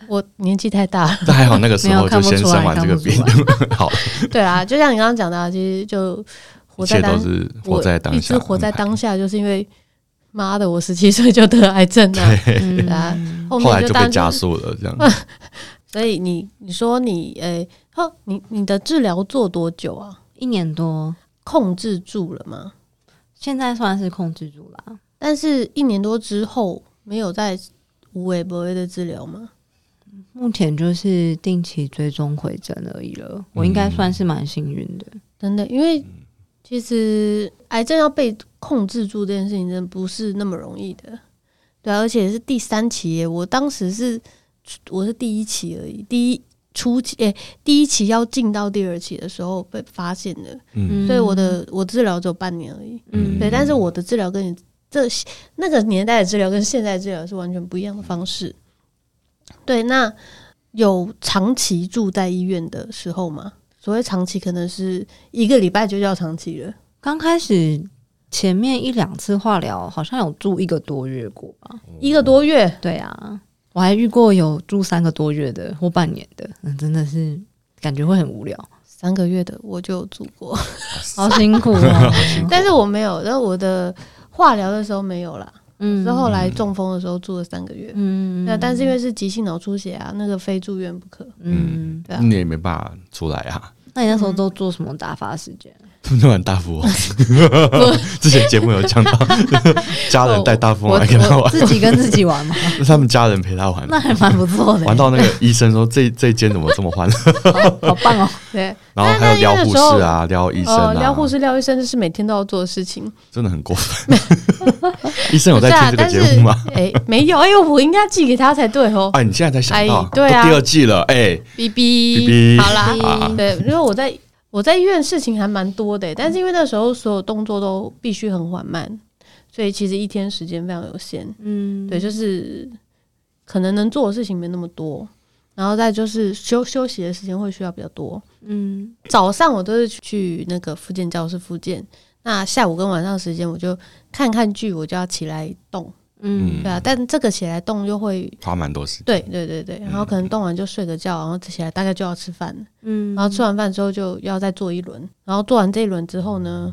Speaker 1: 我年纪太大了。
Speaker 2: 但还好那个时
Speaker 3: 没有
Speaker 2: 候就
Speaker 3: 看不
Speaker 2: 先
Speaker 3: 出
Speaker 2: 生
Speaker 3: 来
Speaker 2: 完这
Speaker 3: 看
Speaker 2: 个
Speaker 3: 不出
Speaker 2: 病， <laughs> 好，
Speaker 1: 对啊，就像你刚刚讲的、啊，其实就活
Speaker 2: 一
Speaker 1: 在
Speaker 2: 切
Speaker 1: 当
Speaker 2: 都是
Speaker 1: 我
Speaker 2: 活在当
Speaker 1: 一
Speaker 2: 下，嗯
Speaker 1: 直活在当下，就是因为妈的，我十七岁就得癌症了、
Speaker 2: <laughs>
Speaker 1: 对啊，后
Speaker 2: 嗯后来
Speaker 1: 面
Speaker 2: 就
Speaker 1: 当嗯
Speaker 2: 被
Speaker 1: 然
Speaker 2: 加
Speaker 1: 是。
Speaker 2: 速了，这样。
Speaker 1: 所以你你说你诶，哦，你你的治疗做多久啊？
Speaker 3: 一年多，
Speaker 1: 控制住了吗？
Speaker 3: 现在算是控制住了。
Speaker 1: 但是一年多之后没有在无微不微的治疗吗？
Speaker 3: 目前就是定期追踪回诊而已了，我应该算是蛮幸运的。
Speaker 1: 真的，因为其实癌症要被控制住这件事情，真的不是那么容易的。对啊、而且是第三期耶，我当时是我是第一期而已，第一初期，诶、第一期要进到第二期的时候被发现的，
Speaker 2: 嗯
Speaker 1: 所以我的我治疗只有半年而已。
Speaker 2: 嗯
Speaker 1: 对，但是我的治疗跟你这那个年代的治疗跟现在治疗是完全不一样的方式。对，那有长期住在医院的时候吗？所谓长期，可能是一个礼拜就叫长期了。
Speaker 3: 刚开始前面一两次化疗，好像有住一个多月过吧？
Speaker 2: 嗯
Speaker 1: 一个多月，
Speaker 3: 对啊，我还遇过有住三个多月的或半年的，嗯，真的是感觉会很无聊，
Speaker 1: 三个月的我就有住
Speaker 2: <laughs>
Speaker 1: 过，
Speaker 3: <laughs> 好辛苦哦。
Speaker 1: 但是我没有，但我的化疗的时候没有啦，
Speaker 3: <laughs> 嗯
Speaker 1: 是后来中风的时候住了三个月。
Speaker 3: 嗯
Speaker 1: 那、但是因为是急性脑出血啊，那个非住院不可。
Speaker 3: 嗯，
Speaker 1: 对啊
Speaker 2: 你也没办法出来啊，
Speaker 3: 那你那时候都做什么打发时间？
Speaker 2: 那碗大富翁， <laughs> 之前节目有
Speaker 1: <laughs>
Speaker 2: 讲到，家人带大富翁来跟他
Speaker 3: 我
Speaker 2: 玩，
Speaker 3: 自己跟自己
Speaker 2: <laughs>
Speaker 3: 玩嘛，
Speaker 2: 他们家人陪他玩，
Speaker 3: 那还蛮不错的，
Speaker 2: 玩到那个医生说这这间怎么这么
Speaker 1: <laughs>
Speaker 2: 欢乐，
Speaker 3: 好棒哦。
Speaker 1: 对，
Speaker 2: 然后还有撩护士啊，撩医生
Speaker 1: 呃，
Speaker 2: 啊，
Speaker 1: 撩护士、撩医生，这是每天都要做的事情。
Speaker 2: 真的很过分。 <laughs> 医生
Speaker 1: <laughs>
Speaker 2: 有在听这个节目吗？
Speaker 1: 不是啊但是哎、没有，哎、我应该寄给他才对哦。
Speaker 2: 哎，你现在才想到
Speaker 1: 哎，对啊
Speaker 2: 都第二季了，哎，
Speaker 1: 哔哔
Speaker 2: 哔哔
Speaker 1: 好啦
Speaker 2: 啊，
Speaker 1: 对，因为我在我在医院事情还蛮多的，但是因为那时候所有动作都必须很缓慢，所以其实一天时间非常有限。
Speaker 3: 嗯，
Speaker 1: 对，就是可能能做的事情没那么多，然后再就是休休息的时间会需要比较多。
Speaker 3: 嗯
Speaker 1: 早上我都是去那个复健教室复健，那下午跟晚上时间，我就看看剧，我就要起来动，
Speaker 3: 嗯，
Speaker 1: 对啊。但这个起来动又会，
Speaker 2: 花蛮多时间。
Speaker 1: 对对对对，然后
Speaker 2: 嗯
Speaker 1: 可能动完就睡个觉，然后起来大概就要吃饭了，
Speaker 3: 嗯，
Speaker 1: 然后吃完饭之后就要再做一轮，然后做完这一轮之后呢，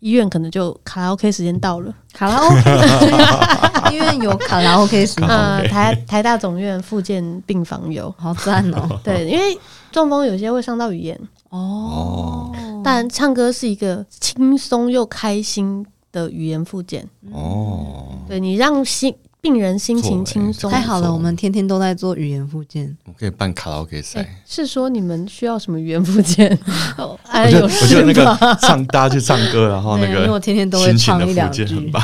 Speaker 1: 医院可能就卡拉 OK 时间到了，<laughs>
Speaker 3: 卡拉 OK，医院啊有卡拉 OK 时间，
Speaker 1: 呃，台台大总院附件病房有，
Speaker 3: 好赞
Speaker 2: <laughs>
Speaker 3: 哦，
Speaker 1: 对，因为中风有些会伤到语言，
Speaker 2: 哦
Speaker 3: 哦，
Speaker 1: 但唱歌是一个轻松又开心的语言附件，
Speaker 2: 哦，
Speaker 1: 对你让心病人心情轻松。
Speaker 3: 太好
Speaker 2: 没
Speaker 3: 了，
Speaker 2: 错哎
Speaker 3: 我们天天都在做语言复健，
Speaker 2: 我可以办卡拉 OK 赛。
Speaker 1: 哎是说你们需要什么语言附
Speaker 2: <laughs>
Speaker 1: 件？哦哎，
Speaker 2: 我觉得
Speaker 1: 有
Speaker 2: 我觉得那
Speaker 1: 事吗？
Speaker 2: 个唱，大家去唱歌，然后那
Speaker 3: 对 <laughs> 啊因为我
Speaker 2: 个
Speaker 3: 天天都会
Speaker 2: 心情
Speaker 3: 唱
Speaker 2: 的
Speaker 3: 一两
Speaker 2: 附件
Speaker 3: 句，
Speaker 2: 很棒。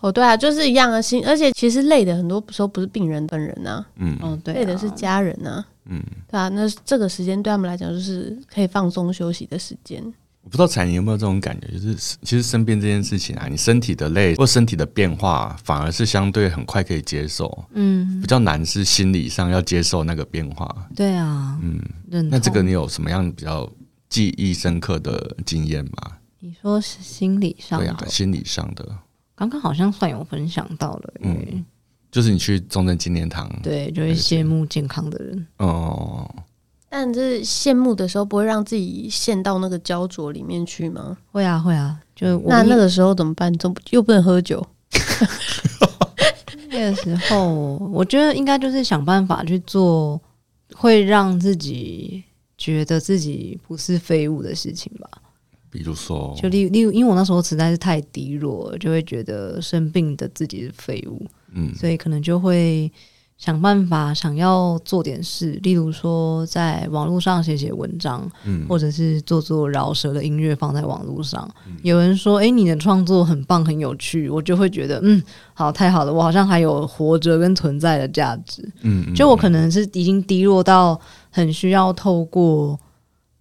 Speaker 1: 哦，对啊，就是一样的心，而且其实累的很多时候不是病人本人啊，
Speaker 2: 嗯
Speaker 3: 嗯，对啊，
Speaker 1: 累的是家人啊，
Speaker 2: 嗯，
Speaker 1: 对啊，那这个时间对他们来讲就是可以放松休息的时间。
Speaker 2: 我不知道彩妮有没有这种感觉，就是其实生病这件事情啊，你身体的累或身体的变化，反而是相对很快可以接受，
Speaker 3: 嗯，
Speaker 2: 比较难是心理上要接受那个变化。
Speaker 3: 对啊，
Speaker 2: 嗯，
Speaker 3: 认
Speaker 2: 那这个
Speaker 3: 同
Speaker 2: 你有什么样比较记忆深刻的经验吗？
Speaker 3: 你说是心理上
Speaker 2: 对
Speaker 3: 的
Speaker 2: 啊，，心理上的，
Speaker 3: 刚刚好像算有分享到了，
Speaker 2: 嗯
Speaker 3: 嗯，
Speaker 2: 就是你去中正纪念堂，
Speaker 3: 对，就会羡慕健康的人，
Speaker 2: 哦、
Speaker 1: 但是羡慕的时候，不会让自己陷到那个焦灼里面去吗？
Speaker 3: 会啊会啊，就我
Speaker 1: 那
Speaker 3: 一
Speaker 1: 那个时候怎么办？怎么又不能喝酒？
Speaker 3: 那个时候，我觉得应该就是想办法去做会让自己觉得自己不是废物的事情吧。
Speaker 2: 比如说，
Speaker 3: 就例例如，因为我那时候实在是太低落了，就会觉得生病的自己是废物，
Speaker 2: 嗯
Speaker 3: 所以可能就会想办法想要做点事，例如说在网络上写写文章，
Speaker 2: 嗯
Speaker 3: 或者是做做饶舌的音乐放在网络上。有人说：“诶，你的创作很棒，很有趣。”我就会觉得，嗯，好，太好了，我好像还有活着跟存在的价值。
Speaker 2: 嗯，
Speaker 3: 就我可能是已经低落到很需要透过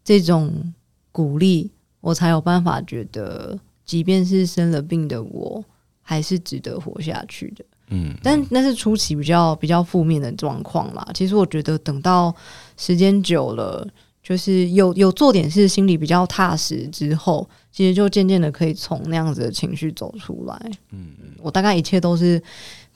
Speaker 3: 这种鼓励，我才有办法觉得，即便是生了病的我，还是值得活下去的。
Speaker 2: 嗯
Speaker 3: 但那是初期比较比较负面的状况啦。其实我觉得等到时间久了，就是有有做点事，心里比较踏实之后，其实就渐渐的可以从那样子的情绪走出来。
Speaker 2: 嗯嗯，
Speaker 3: 我大概一切都是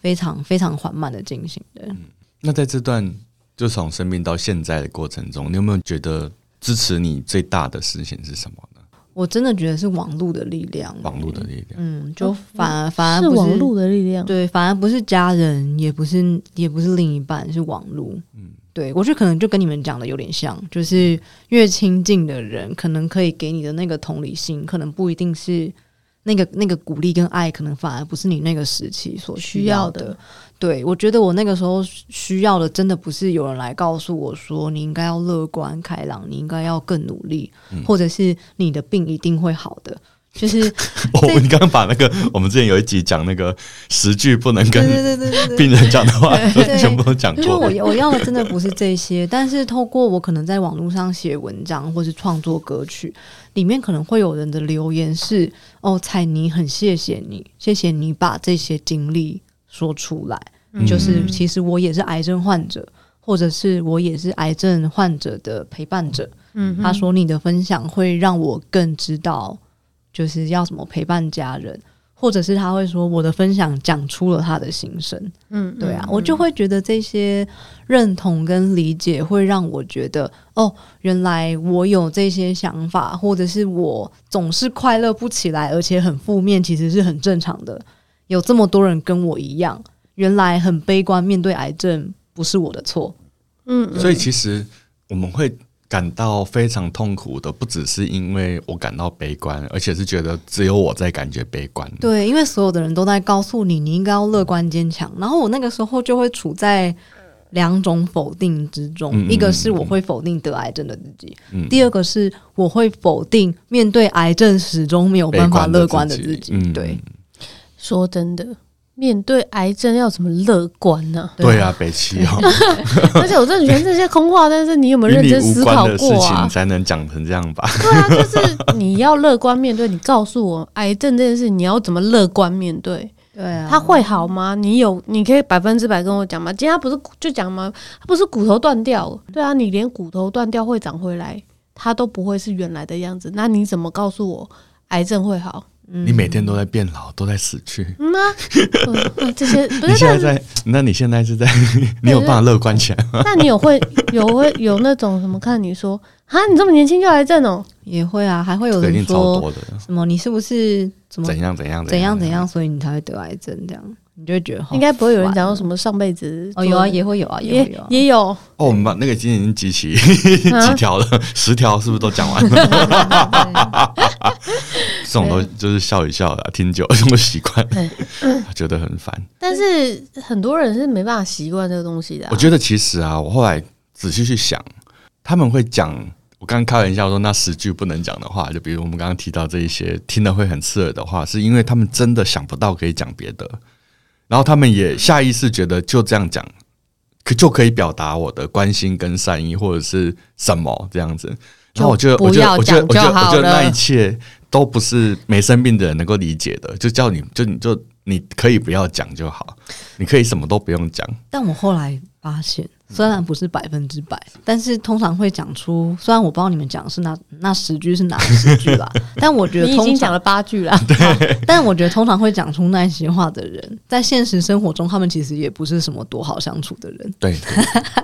Speaker 3: 非常非常缓慢的进行的。
Speaker 2: 嗯那在这段就从生病到现在的过程中，你有没有觉得支持你最大的事情是什么呢？
Speaker 3: 我真的觉得是网络的力量，
Speaker 2: 网络的力
Speaker 3: <laughs>
Speaker 2: 量，
Speaker 3: 嗯，就反而反而
Speaker 1: 是
Speaker 3: 不
Speaker 1: 网络的力量。
Speaker 3: 对，反而不是家人，也不是也不是另一半，是网络。嗯，对，我觉得可能就跟你们讲的有点像，就是越亲近的人，可能可以给你的那个同理心，可能不一定是那个那个鼓励跟爱，可能反而不是你那个时期所需
Speaker 1: 需要
Speaker 3: 的。
Speaker 1: 的
Speaker 3: 对，我觉得我那个时候需要的，真的不是有人来告诉我说你应该要乐观开朗，你应该要更努力，或者是你的病一定会好的。就是
Speaker 2: 哦，你刚刚把那个我们之前有一集讲那个十句不能
Speaker 3: 对
Speaker 2: 跟
Speaker 3: 对对对对对，
Speaker 2: 病人讲的话，都
Speaker 3: 对
Speaker 2: 全部都讲
Speaker 3: 因
Speaker 2: 过。
Speaker 3: 为我我要的真的不是这些，但是透过我可能在网络上写文章或是创作歌曲，里面可能会有人的留言是：“哦，彩妮，很谢谢你，谢谢你把这些经历说出来。
Speaker 2: 嗯
Speaker 3: 就是其实我也是癌症患者，或者是我也是癌症患者的陪伴者。
Speaker 1: 嗯哼
Speaker 3: 他说你的分享会让我更知道，就是要怎么陪伴家人。”或者是他会说我的分享讲出了他的心声，
Speaker 1: 嗯，
Speaker 3: 对啊，
Speaker 1: 嗯
Speaker 3: 我就会觉得这些认同跟理解会让我觉得，哦，原来我有这些想法，或者是我总是快乐不起来，而且很负面，其实是很正常的。有这么多人跟我一样，原来很悲观面对癌症不是我的错，
Speaker 1: 嗯，嗯
Speaker 2: 所以其实我们会感到非常痛苦的，不只是因为我感到悲观，而且是觉得只有我在感觉悲观。
Speaker 3: 对，因为所有的人都在告诉你，你应该要乐观坚强。然后我那个时候就会处在两种否定之中，
Speaker 2: 嗯嗯
Speaker 3: 一个是我会否定得癌症的自己，
Speaker 2: 嗯
Speaker 3: 第二个是我会否定面对癌症始终没有
Speaker 2: 悲
Speaker 3: 办法
Speaker 2: 观
Speaker 3: 乐观的
Speaker 2: 自嗯
Speaker 3: 自己。对，
Speaker 1: 说真的，面对癌症要怎么乐观呢、
Speaker 2: 对啊，北齐
Speaker 3: <laughs>
Speaker 2: 哦，
Speaker 1: 而且我真的觉得这些空话，但是你有没有
Speaker 2: 与
Speaker 1: 认
Speaker 2: 你
Speaker 1: 真
Speaker 2: 无
Speaker 1: 思
Speaker 2: 关
Speaker 1: 考
Speaker 2: 的事
Speaker 1: 过
Speaker 2: 情
Speaker 1: 啊？
Speaker 2: 才能讲成这样吧？
Speaker 1: 对啊，就是你要乐观面对。你告诉我，癌症这件事，你要怎么乐观面对？
Speaker 3: 对啊
Speaker 1: 它会好吗？你有，你可以百分之百跟我讲吗？今天它不是就讲吗？它不是骨头断掉，对啊，你连骨头断掉会长回来，它都不会是原来的样子。那你怎么告诉我癌症会好？
Speaker 2: 你每天都在变老，都在死去。
Speaker 1: 嗯啊，嗯嗯这
Speaker 3: <laughs>
Speaker 1: 些不
Speaker 2: 你
Speaker 1: 是
Speaker 2: 现在
Speaker 1: 那
Speaker 2: 在，那你现在是在， <laughs> 你有办法乐观起来吗？
Speaker 1: 那你有会有会有那种什么看你说啊，你这么年轻就癌症哦？
Speaker 3: 也会啊，还会有
Speaker 2: 对，一
Speaker 3: 人
Speaker 2: 定超
Speaker 3: 说
Speaker 2: 多的。
Speaker 3: 什么你是不是怎么
Speaker 2: 怎样怎样
Speaker 3: 怎样怎样，所以你才会得癌症这样，你就会觉得
Speaker 1: 应该不会有人讲
Speaker 3: 到
Speaker 1: 到什么上辈子
Speaker 3: 哦哦，有
Speaker 1: 做
Speaker 3: 啊，
Speaker 1: 的
Speaker 3: 也会有啊，也会有
Speaker 1: 也
Speaker 3: 啊。
Speaker 1: 也有，
Speaker 2: 哦，我们把那个已经已经集齐几条了， <laughs> 十条是不是都讲完了？这种都就是笑一笑的，听久了就习惯
Speaker 1: 对，
Speaker 2: 觉得很烦。
Speaker 1: 但是很多人是没办法习惯这个东西的啊、
Speaker 2: 我觉得其实啊，我后来仔细去想，他们会讲，我刚刚开玩笑说那十句不能讲的话，就比如我们刚刚提到这一些听了会很刺耳的话，是因为他们真的想不到可以讲别的，然后他们也下意识觉得就这样讲。可就可以表达我的关心跟善意，或者是什么这样子。然后我觉得，
Speaker 1: 就
Speaker 2: 我觉得，
Speaker 1: 不要
Speaker 2: 我觉
Speaker 1: 讲
Speaker 2: 得，我觉得，
Speaker 1: 就好
Speaker 2: 我觉得那一
Speaker 1: 了
Speaker 2: 切都不是没生病的人能够理解的。就叫你，就你就你可以不要讲就好，你可以什么都不用讲。
Speaker 3: 但我后来发现，虽然不是百分之百，但是通常会讲出，虽然我不知道你们讲的是哪那十句是哪十句
Speaker 1: <laughs>
Speaker 3: 啦，但我觉得
Speaker 1: 你已
Speaker 3: 通
Speaker 1: 经
Speaker 3: 常
Speaker 1: 讲了八
Speaker 3: <laughs>
Speaker 1: 句了，
Speaker 3: 但我觉得通常会讲出那些话的人，在现实生活中，他们其实也不是什么多好相处的人，
Speaker 1: <laughs>
Speaker 2: 对，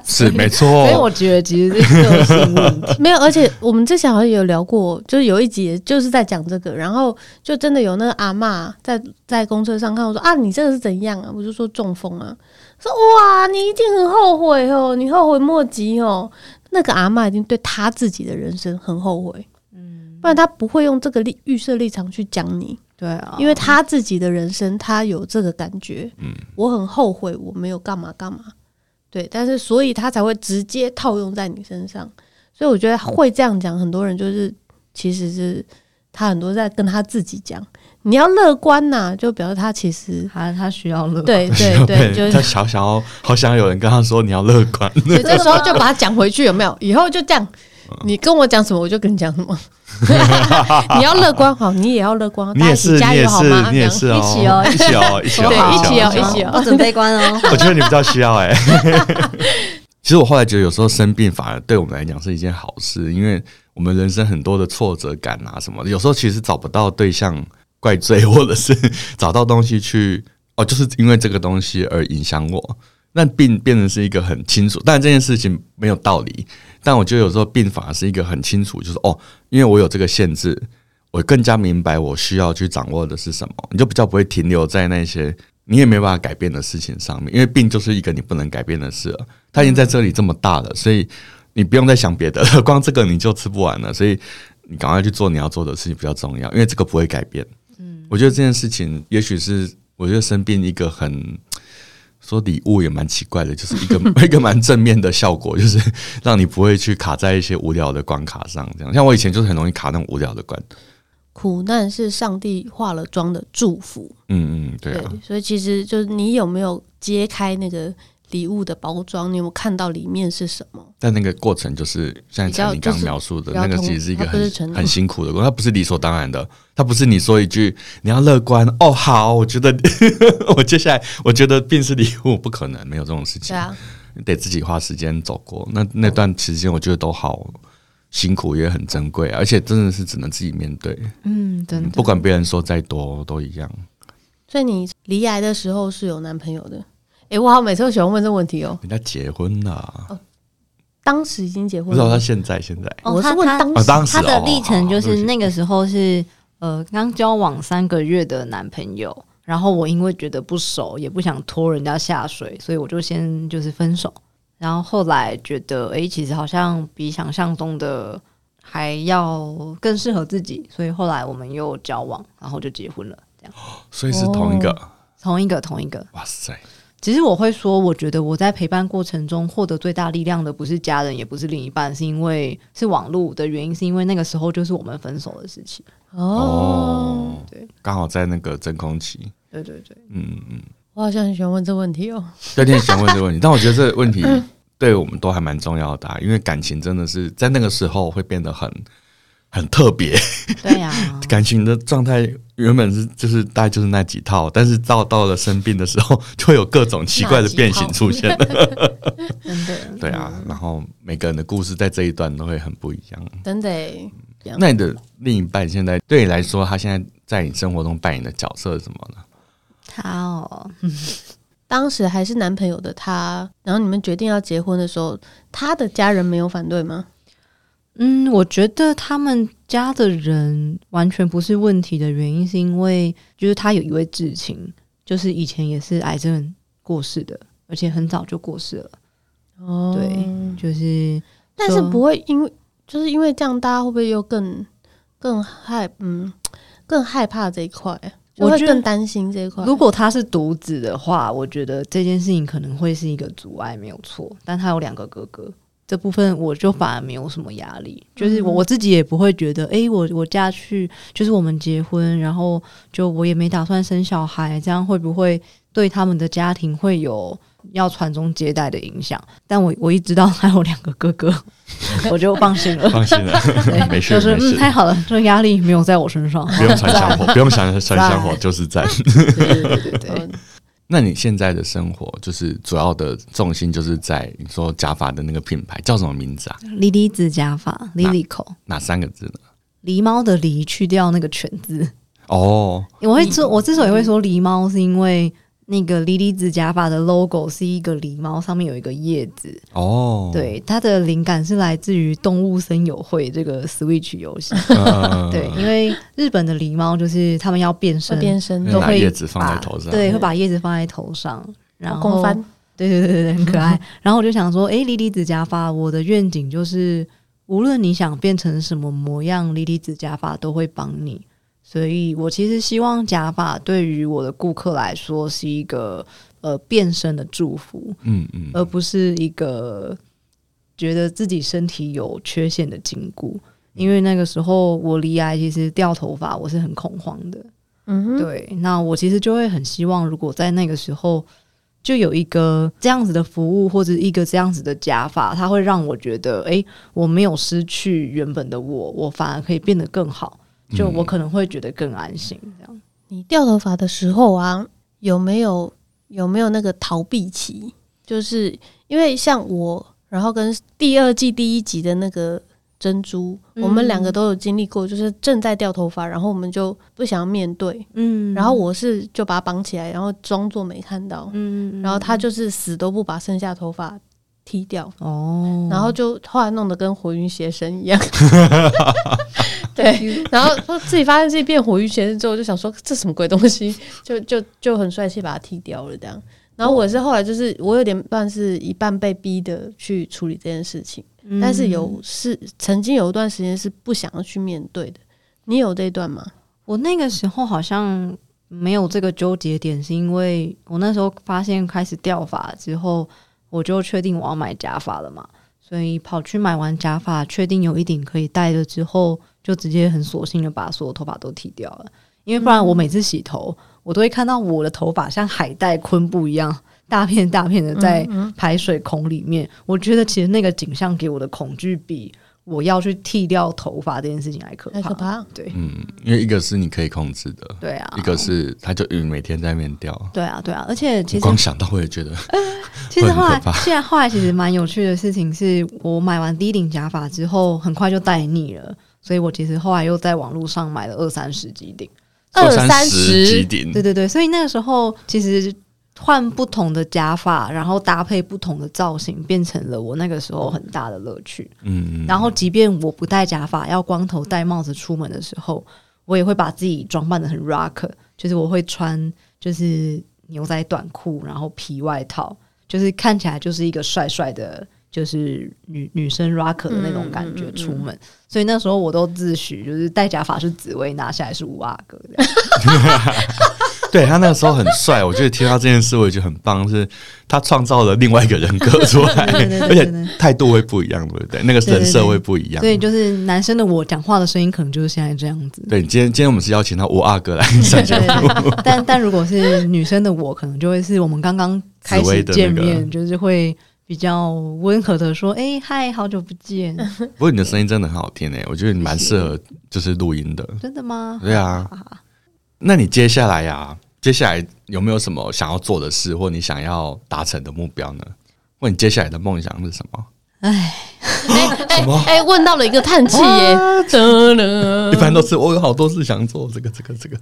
Speaker 2: 是没
Speaker 1: 哦
Speaker 3: 所以
Speaker 2: 错
Speaker 3: 我。觉得其实是个性问题。
Speaker 1: 没有，而且我们之前好像也有聊过，就是有一集就是在讲这个，然后就真的有那个阿嬷在在公车上看我说啊，你这个是怎样啊？我就说中风啊，说哇，你一定很后悔哦，你后悔莫及哦。那个阿嬷已经对她自己的人生很后悔，嗯，不然她不会用这个立预设立场去讲你，
Speaker 3: 对啊，
Speaker 1: 因为她自己的人生她有这个感觉，嗯，我很后悔我没有干嘛干嘛，对，但是所以她才会直接套用在你身上。所以我觉得会这样讲，很多人就是其实是他很多在跟他自己讲，你要乐观呐、就表示他其
Speaker 2: <laughs>
Speaker 1: 实
Speaker 3: 他他需要乐观，
Speaker 1: 对对对，就
Speaker 2: 他
Speaker 1: 是
Speaker 2: 想想要，好想有人跟他说你要乐观，
Speaker 1: 就这时候就把它讲回去，有没有？以后就这样。
Speaker 2: 嗯
Speaker 1: 你跟我讲什么，我就跟你讲什么。 <laughs> 你要乐观好，你也要乐观，
Speaker 2: <laughs> 你
Speaker 1: <laughs> 大家
Speaker 2: 也
Speaker 1: 一起加
Speaker 2: 是，你也
Speaker 1: 油好
Speaker 2: 是
Speaker 1: 吗？，这样
Speaker 2: 你也是哦，
Speaker 3: 一起哦
Speaker 2: <laughs> 一起哦，一起哦，
Speaker 1: 对一起哦
Speaker 2: 一
Speaker 1: 一起哦
Speaker 3: 不准悲观哦。
Speaker 2: 我觉得你比较需要哎、其实我后来觉得，有时候生病反而对我们来讲是一件好事，因为我们人生很多的挫折感啊什么的，有时候其实找不到对象怪罪， <laughs> 或者是找到东西去哦，就是因为这个东西而影响我。那病变成是一个很清楚，但这件事情没有道理。但我觉得有时候病反而是一个很清楚，就是哦，因为我有这个限制，我更加明白我需要去掌握的是什么，你就比较不会停留在那些你也没办法改变的事情上面，因为病就是一个你不能改变的事了，它已经在这里这么大了，所以你不用再想别的了， <laughs> 光这个你就吃不完了，所以你赶快去做你要做的事情比较重要，因为这个不会改变。嗯，我觉得这件事情也许是我觉得生病一个很。说礼物也蛮奇怪的，就是一个 <laughs> 一个蛮正面的效果，就是让你不会去卡在一些无聊的关卡上。这样，像我以前就是很容易卡那种无聊的关，
Speaker 1: 苦难是上帝化了妆的祝福，
Speaker 2: 嗯嗯，对
Speaker 1: 对
Speaker 2: 啊，，
Speaker 1: 所以其实就是你有没有揭开那个礼物的包装，你有没有看到里面是什么？
Speaker 2: 但那个过程就是像
Speaker 1: 比较
Speaker 2: 陈你
Speaker 1: 就
Speaker 2: 刚刚
Speaker 1: 是
Speaker 2: 描述的
Speaker 1: 比较
Speaker 2: 那个，
Speaker 1: 痛
Speaker 2: 其实是一个
Speaker 1: 它不是
Speaker 2: 很
Speaker 1: 承诺
Speaker 2: 很辛苦的过程，它不是理所当然的，它不是你说一句你要乐观哦，好，我觉得 <laughs> 我接下来我觉得病是礼物，不可能没有这种事情，
Speaker 1: 对啊，
Speaker 2: 你得自己花时间走过。那那段时间我觉得都好辛苦，也很珍贵，啊而且真的是只能自己面对，
Speaker 3: 嗯，真的，
Speaker 2: 不管别人说再多都一样。
Speaker 1: 所以你离癌的时候是有男朋友的？诶，我好像每次都喜欢问这个问题哦。
Speaker 2: 人家结婚了，
Speaker 1: 当时已经结
Speaker 2: 不
Speaker 1: 婚
Speaker 2: 知道他
Speaker 1: 了，
Speaker 2: 现在现在
Speaker 1: 我是
Speaker 3: 哦
Speaker 1: 问
Speaker 3: 他
Speaker 1: 当
Speaker 2: 啊，
Speaker 1: 时。
Speaker 2: 当时
Speaker 3: 他的
Speaker 2: 哦
Speaker 3: 历
Speaker 2: 好
Speaker 3: 程
Speaker 2: 好对
Speaker 3: 就
Speaker 2: 不
Speaker 3: 是
Speaker 2: 起
Speaker 3: 那个时候是呃刚交往三个月的男朋友，然后我因为觉得不熟，也不想拖人家下水，所以我就先就是分手。然后后来觉得，诶，其实好像比想象中的还要更适合自己，所以后来我们又交往，然后就结婚了。这样
Speaker 2: 所以是同一个，
Speaker 1: 哦
Speaker 3: 同一个同一个，
Speaker 2: 哇塞。
Speaker 3: 其实我会说，我觉得我在陪伴过程中获得最大力量的不是家人，也不是另一半，是因为是网络的原因，是因为那个时候就是我们分手的事情。
Speaker 1: 哦，
Speaker 2: 哦，
Speaker 3: 对，
Speaker 2: 刚好在那个真空期。
Speaker 3: 对对对，
Speaker 2: 嗯嗯，
Speaker 1: 我好像很喜欢问这个问题哦。
Speaker 2: 第二天想问这个问题，但我觉得这个
Speaker 3: <laughs>
Speaker 2: 问题对我们都还蛮重要的、啊，因为感情真的是在那个时候会变得很很特别，
Speaker 3: 嗯对呀、
Speaker 2: 感情的状态原本是就是大概就是那几套，但是到到了生病的时候，就会有各种奇怪的变形出现。
Speaker 3: <laughs> 真的。
Speaker 2: 对啊，然后每个人的故事在这
Speaker 3: 嗯
Speaker 2: 一段都会很不一样。
Speaker 1: 真的诶，
Speaker 2: 那你的另一半现在对你来说，他现在在你生活中扮演的角色是什么呢？
Speaker 3: 他哦，
Speaker 1: 当时还是男朋友的他，然后你们决定要结婚的时候，他的家人没有反对吗？
Speaker 3: 嗯，我觉得他们家的人完全不是问题的原因，是因为就是他有一位至亲，就是以前也是癌症过世的，而且很早就过世了，
Speaker 1: 哦
Speaker 3: 对就是
Speaker 1: 但是
Speaker 3: 说
Speaker 1: 不会因为就是因为这样，大家会不会又更更害嗯更害怕这一块？就
Speaker 3: 我
Speaker 1: 会
Speaker 3: 觉得
Speaker 1: 更担心这一块。
Speaker 3: 如果他是独子的话，我觉得这件事情可能会是一个阻碍，没有错。但他有两个哥哥，这部分我就反而没有什么压力，就是我
Speaker 1: 嗯
Speaker 3: 我自己也不会觉得，诶，我我嫁去就是我们结婚，然后就我也没打算生小孩，这样会不会对他们的家庭会有？要传宗接代的影响，但我我一知道他有两个哥 <laughs> 哥，我就放心了。
Speaker 2: 放心了，
Speaker 3: <laughs> 对
Speaker 2: <laughs> 没事
Speaker 3: 就是
Speaker 2: 没事
Speaker 3: 嗯，太好了，这个压力没有在我身上。
Speaker 2: 不用传香火，不用传传香火，就是在。
Speaker 3: 对对对对对。
Speaker 1: 嗯
Speaker 2: 那你现在的生活就是主要的重心就是在你说假发的那个品牌叫什么名字啊？
Speaker 3: 莉莉子假发，Lilico，
Speaker 2: 哪三个字呢？
Speaker 3: 狸猫的狸去掉那个犬字。
Speaker 2: 哦，
Speaker 3: 我会之我之所以会说狸猫，是因为那个莉莉子假发的 logo 是一个狸猫，上面有一个叶子。
Speaker 2: 哦，
Speaker 3: 对，它的灵感是来自于《动物森友会》这个 Switch
Speaker 2: <laughs>
Speaker 3: 游戏。
Speaker 2: 嗯，
Speaker 3: 对，因为日本的狸猫就是他们要变身
Speaker 1: 会，变身
Speaker 2: 嗯
Speaker 3: 都
Speaker 2: 拿
Speaker 3: 会
Speaker 2: 叶子放在
Speaker 3: 把
Speaker 2: 头上
Speaker 3: 对，会把叶子放在头上。然
Speaker 1: 公
Speaker 3: 后，
Speaker 1: 翻
Speaker 3: 对对对对对，很可爱。然后我就想说，诶，莉莉子假发，我的愿景就是，无论你想变成什么模样，莉莉子假发都会帮你。所以我其实希望假发对于我的顾客来说是一个呃变身的祝福，
Speaker 2: 嗯嗯，
Speaker 3: 而不是一个觉得自己身体有缺陷的禁锢。因为那个时候我离癌，其实掉头发我是很恐慌的。
Speaker 1: 嗯哼，
Speaker 3: 对，那我其实就会很希望，如果在那个时候就有一个这样子的服务，或者一个这样子的假发，它会让我觉得，诶，我没有失去原本的我，我反而可以变得更好。就我可能会觉得更安心，这样。
Speaker 1: 你掉头发的时候啊，有没有有没有那个逃避期？就是因为像我，然后跟第二季第一集的那个珍珠，
Speaker 3: 嗯
Speaker 1: 我们两个都有经历过，就是正在掉头发，然后我们就不想面对，
Speaker 3: 嗯
Speaker 1: 然后，我是就把它绑起来，然后装作没看到，
Speaker 3: 嗯
Speaker 1: 然后他就是死都不把剩下头发剃掉，
Speaker 3: 哦，
Speaker 1: 然后就后来弄得跟火云邪神一样， <laughs> 对，然后说自己发现自己变火云邪神之后，就想说这什么鬼东西，就就就很帅气把它剃掉了这样。然后我是后来就是我有点半是一半被逼的去处理这件事情，
Speaker 3: 嗯
Speaker 1: 但是有是曾经有一段时间是不想要去面对的。你有这一段吗？
Speaker 3: 我那个时候好像没有这个纠结点，是因为我那时候发现开始掉发之后，我就确定我要买假发了嘛，所以跑去买完假发，确定有一顶可以戴了之后，就直接很索性的把所有头发都剃掉了，因为不
Speaker 1: 嗯
Speaker 3: 然我每次洗头，我都会看到我的头发像海带、昆布一样。大片大片的
Speaker 1: 嗯
Speaker 3: 在排水孔里面，我觉得其实那个景象给我的恐惧比我要去剃掉头发这件事情还可
Speaker 1: 太可怕了
Speaker 3: 对，
Speaker 2: 嗯，因为一个是你可以控制的，
Speaker 3: 对啊，
Speaker 2: 一个是它就每天在面掉。
Speaker 3: 对啊，对啊，而且其
Speaker 2: 我
Speaker 3: 实
Speaker 2: 光想到我也觉得，
Speaker 3: 其实
Speaker 2: 会很
Speaker 3: 后来
Speaker 2: 可怕，
Speaker 3: 现在后来其实蛮有趣的事情是，我买完第一顶假发之后，很快就戴腻了，所以我其实后来又在网络上买了二三十几顶。
Speaker 1: 二三
Speaker 2: 三十几
Speaker 1: 十，
Speaker 2: 顶
Speaker 3: 对，对对，所以那个时候其实换不同的假发，然后搭配不同的造型，变成了我那个时候很大的乐趣。
Speaker 2: 嗯，
Speaker 3: 然后，即便我不戴假发，要光头戴帽子出门的时候，我也会把自己装扮的很 rock，就是我会穿就是牛仔短裤，然后皮外套，就是看起来就是一个帅帅的，就是女女生 rock 的那种感觉出门。所以那时候我都自诩，就是戴假发是紫薇，拿下来是五阿哥这样。 <laughs>
Speaker 2: 对他那个时候很帅，我觉得听到这件事我也觉得很棒，是他创造了另外一个人格出来，
Speaker 3: <laughs> 对对对对
Speaker 2: 而且
Speaker 3: 对
Speaker 2: 态度会不一样，对不对？那个人设会不一样。
Speaker 3: 所以就是男生的我讲话的声音，可能就是现在这样子。
Speaker 2: 对，今天今天我们是邀请到吴阿哥来
Speaker 3: <laughs>
Speaker 2: 上节
Speaker 3: 对
Speaker 2: 目，<laughs>
Speaker 3: 对对但但如果是女生的我，可能就会是我们刚刚开
Speaker 2: 紫薇
Speaker 3: 始
Speaker 2: 的那
Speaker 3: 见
Speaker 2: 个
Speaker 3: 面，就是会比较温和的说：“哎、嗨，好久不见，
Speaker 2: 不过你的声音真的很好听诶、欸我觉得你蛮适合就是录音的。
Speaker 3: 真的吗？”
Speaker 2: 对啊，那你接下来呀、接下来有没有什么想要做的事，或你想要达成的目标呢？或你接下来的梦想是什么？
Speaker 1: 哎哎
Speaker 2: 么
Speaker 1: 哎，问到了一个叹气
Speaker 3: 啊
Speaker 1: 耶，噔
Speaker 3: 呃
Speaker 1: 噔
Speaker 2: 一般都是我有好多事想做，这个这个这个，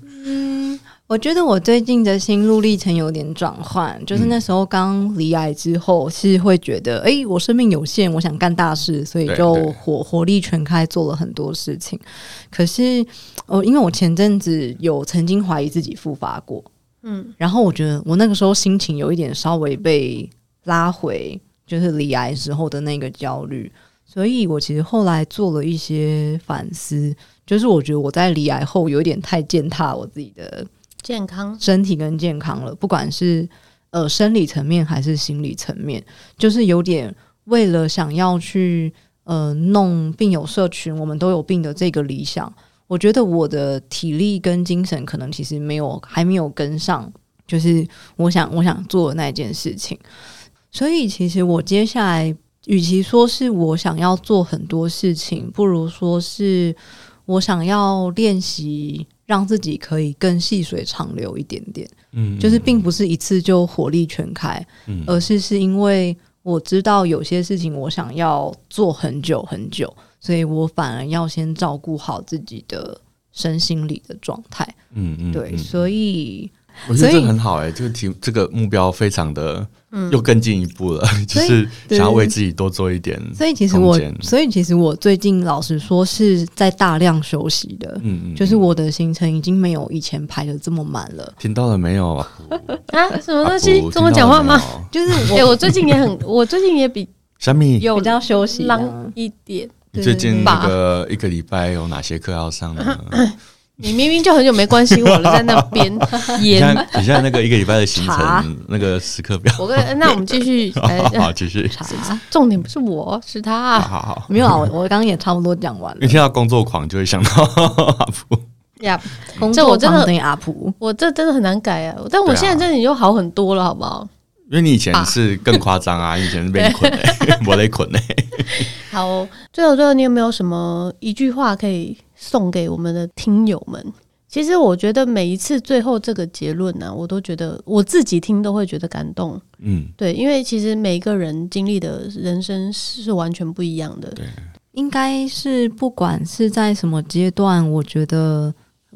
Speaker 3: 我觉得我最近的心路历程有点转换，
Speaker 2: 嗯
Speaker 3: 就是那时候刚离癌之后，是会觉得，哎、我生命有限，我想干大事，所以
Speaker 2: 对
Speaker 3: 就
Speaker 2: 对
Speaker 3: 火活力全开，做了很多事情。可是，哦，因为我前阵子有曾经怀疑自己复发过，
Speaker 1: 嗯，
Speaker 3: 然后我觉得我那个时候心情有一点稍微被拉回，就是离癌时候的那个焦虑，所以我其实后来做了一些反思，就是我觉得我在离癌后有一点太践踏我自己的
Speaker 1: 健康，
Speaker 3: 身体跟健康了，不管是呃生理层面还是心理层面，就是有点为了想要去呃弄病友社群，我们都有病的这个理想，我觉得我的体力跟精神可能其实没有还没有跟上，就是我想我想做的那件事情，所以其实我接下来。与其说是我想要做很多事情，不如说是我想要练习让自己可以更细水长流一点点，
Speaker 2: 嗯，
Speaker 3: 就是并不呃是一次就火力全开，
Speaker 2: 嗯
Speaker 3: 而是是因为我知道有些事情我想要做很久很久，所以我反而要先照顾好自己的身心理的状态。
Speaker 2: 嗯嗯，
Speaker 3: 对，
Speaker 2: 嗯
Speaker 3: 所以
Speaker 2: <laughs> 我觉得
Speaker 3: 所
Speaker 2: 这
Speaker 3: 以
Speaker 2: 很好哎、这个题这个目标非常的
Speaker 1: 嗯
Speaker 2: 又更进一步了， <laughs> 就
Speaker 3: 所以
Speaker 2: 是
Speaker 3: 对
Speaker 2: 想要为自己多做一点。
Speaker 3: 所以其实我
Speaker 2: 嗯空间，
Speaker 3: 所以其实我最近老实说是在大量休息的。
Speaker 2: 嗯嗯，
Speaker 3: 就是我的行程已经没有以前排的这么满了，
Speaker 2: 听到了没有啊？
Speaker 1: 啊，什么
Speaker 2: 阿
Speaker 1: 东西
Speaker 2: 布？
Speaker 1: 跟我讲话吗？？
Speaker 3: 就是我
Speaker 1: 哎、我最近也很， <laughs> 我最近也比
Speaker 2: 小米，
Speaker 1: 有
Speaker 3: 比较休息啊
Speaker 1: 浪一点。
Speaker 2: 你最近那
Speaker 1: 吧
Speaker 2: 个一个礼拜有哪些课要
Speaker 1: <laughs>
Speaker 2: 上呢？
Speaker 1: 你明明就很久没关心我了，在那
Speaker 2: <laughs>
Speaker 1: 边
Speaker 2: 你像
Speaker 1: 演。
Speaker 2: 你像那个一个礼拜的
Speaker 1: <laughs>
Speaker 2: 行
Speaker 3: 查
Speaker 2: 程，那个时刻表，
Speaker 1: 我跟那我们继
Speaker 2: <laughs>
Speaker 1: 续，哎、
Speaker 2: 好
Speaker 1: <laughs>
Speaker 2: 好继续，
Speaker 3: 查
Speaker 1: 重点不是我，是
Speaker 2: 好 <laughs>
Speaker 1: 他
Speaker 2: 好好。
Speaker 3: 没有啊，我我刚刚也差不多讲完
Speaker 2: <laughs> 一
Speaker 3: 了。
Speaker 2: 听到工作狂就会想到 <laughs> 阿布，
Speaker 1: 呀。
Speaker 3: 工
Speaker 1: 这
Speaker 3: 作
Speaker 1: 我真的
Speaker 3: 狂等于阿普，
Speaker 1: 我这真的很难改啊，但我
Speaker 2: 对啊
Speaker 1: 现在这里又好很多了，好不好？
Speaker 2: 因为你以前是更夸
Speaker 1: <laughs>
Speaker 2: 张啊，你以前是被你捆哎， <laughs> 我勒捆哎。
Speaker 1: 好哦、最后最后，你有没有什么一句话可以送给我们的听友们？其实我觉得每一次最后这个结论呢、我都觉得我自己听都会觉得感动。
Speaker 2: 嗯，
Speaker 1: 对，因为其实每一个人经历的人生是完全不一样的。
Speaker 3: 应该是不管是在什么阶段，我觉得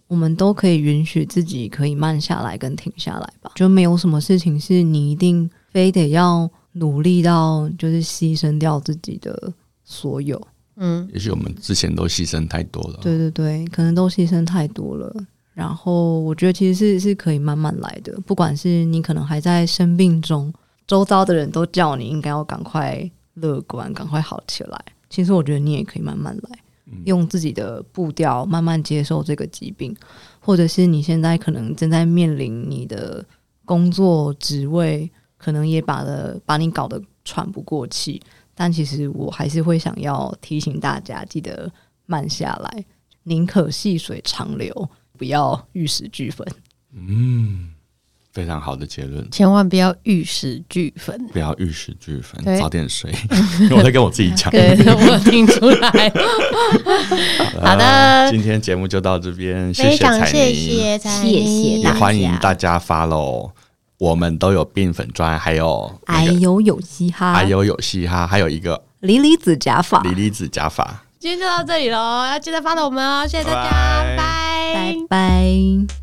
Speaker 3: 我们都可以允许自己可以慢下来跟停下来吧。就没有什么事情是你一定非得要努力到，就是牺牲掉自己的所有。
Speaker 1: 嗯，
Speaker 2: 也许我们之前都牺牲太多了。
Speaker 3: 对对对，可能都牺牲太多了。然后我觉得其实是是可以慢慢来的，不管是你可能还在生病中，周遭的人都叫你应该要赶快乐观，赶快好起来。其实我觉得你也可以慢慢来，用自己的步调慢慢接受这个疾病，或者是你现在可能正在面临你的工作职位，可能也把的把你搞得喘不过气。但其实我还是会想要提醒大家，记得慢下来，宁可细水长流，不要玉石俱焚。
Speaker 2: 嗯，非常好的结论，
Speaker 1: 千万不要玉石俱焚。
Speaker 2: 不要玉石俱焚，
Speaker 1: 对
Speaker 2: 早点睡。 <laughs> 因为我在跟我自己
Speaker 1: <laughs>
Speaker 2: 讲。
Speaker 1: 对，我听出来。好的，
Speaker 2: 呃今天节目就到这边，谢
Speaker 7: 非
Speaker 2: 谢
Speaker 7: 常
Speaker 2: 彩
Speaker 7: 谢
Speaker 2: 妮，
Speaker 7: 谢彩
Speaker 3: 谢
Speaker 7: 妮，
Speaker 3: 谢
Speaker 2: 也欢迎大家发喽。我们都有病粉砖，还有那
Speaker 3: 哎
Speaker 2: 个哎
Speaker 3: 呦，有嘻哈，
Speaker 2: 还有有嘻哈，还有一个
Speaker 3: 李李子假发，
Speaker 2: 李离子假发。
Speaker 1: 今天就到这里喽，要记得发到我们哦，谢谢大家，
Speaker 2: 拜拜
Speaker 1: 拜拜
Speaker 3: 拜拜。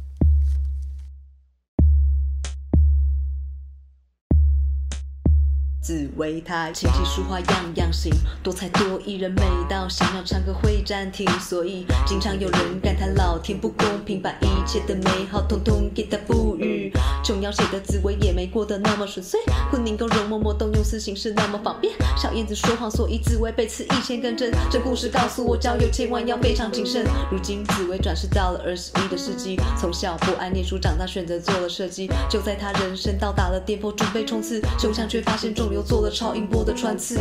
Speaker 4: 紫薇她琴棋书画样样行，多才多艺人美到想要唱歌会暂停，所以经常有人感叹老天不公平，把一切的美好统统给她赋予。琼瑶写的紫薇也没过得那么顺遂，昆凌跟容嬷嬷动用私刑是那么方便，小燕子说谎，所以紫薇被刺一千根针。这故事告诉我，交友千万要非常谨慎。如今紫薇转世到了二十一的世纪，从小不爱念书，长大选择做了设计。就在她人生到达了巅峰，准备冲刺，胸腔却发现肿瘤做了超音波的穿刺。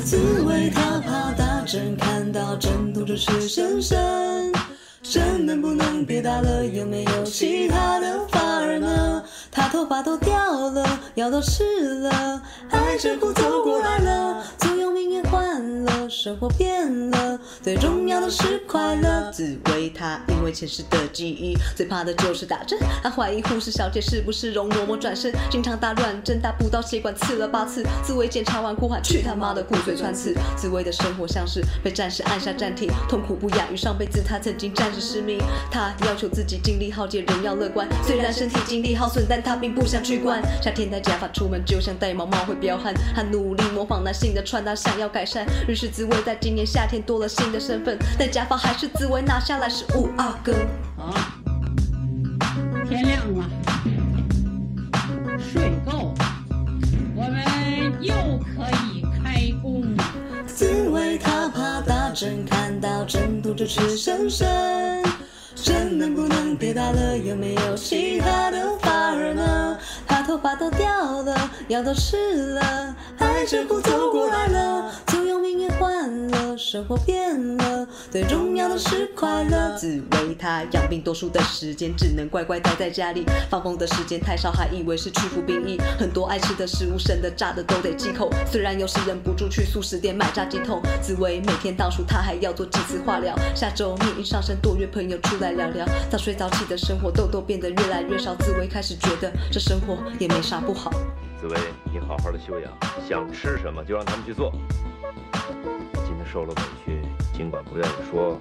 Speaker 4: 紫薇她怕打针，看到针头就湿生生。针能不能别打了？有没有其他的法儿呢？她头发都掉了，药都吃了，爱神户走过来了，座右铭也换了，生活变了，最重要的是快乐。紫薇她因为前世的记忆，最怕的就是打针。她怀疑护士小姐是不是容嬷嬷转身，经常打软针，打不到血管刺了八次。紫薇检查完哭喊：“去他妈的，骨髓穿刺！”紫薇的生活像是被暂时按下暂停，痛苦不亚于上辈子她曾经暂时失明。她要求自己精力耗竭，仍要乐观，虽然身体精力耗损，但她并不想去管。夏天戴假发出门就像戴毛帽会彪悍，她努力模仿男性的穿搭，想要改善。于是紫薇在今年夏天多了新的身份，但假发还是紫薇拿下来是啊五阿哥。
Speaker 7: 天亮了，睡够，我们又可以开工。
Speaker 4: 紫薇她怕打针，看到针头就直深深。针能不能别打了？有没有其他的法儿呢？她头发都掉了，药都吃了，还是不走过来了。就用命运换了，生活变了，最重要的是快乐。紫薇她养病，多数的时间只能乖乖待在家里，放风的时间太少，还以为是去服兵役。很多爱吃的食物，生的炸的都得忌口。虽然有时忍不住去素食店买炸鸡桶，紫薇每天倒数，她还要做几次化疗。下周命运上升，多约朋友出来聊聊。早睡早起的生活，痘痘变得越来越少。紫薇开始觉得这生活也没啥不好。
Speaker 5: 紫薇，你好好的休养，想吃什么就让他们去做。今天受了委屈，尽管不愿意说，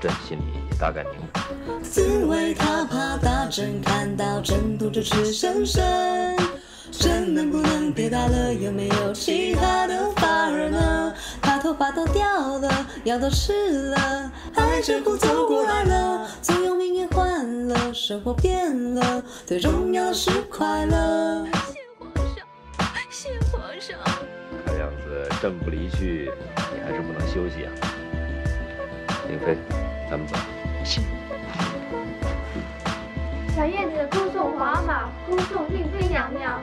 Speaker 5: 朕心里也大概明白。
Speaker 4: 紫薇她怕打针，看到针头就直深深。针能不能别打了？有没有其他的法儿呢？她头发都掉了，药都吃了，还是不走过来了。就用命运换了，生活变了，最重要的是快乐。
Speaker 5: 看样子朕不离去，你还是不能休息啊。林飞，咱们走。
Speaker 6: 小燕子恭送皇阿玛，恭送令妃娘娘。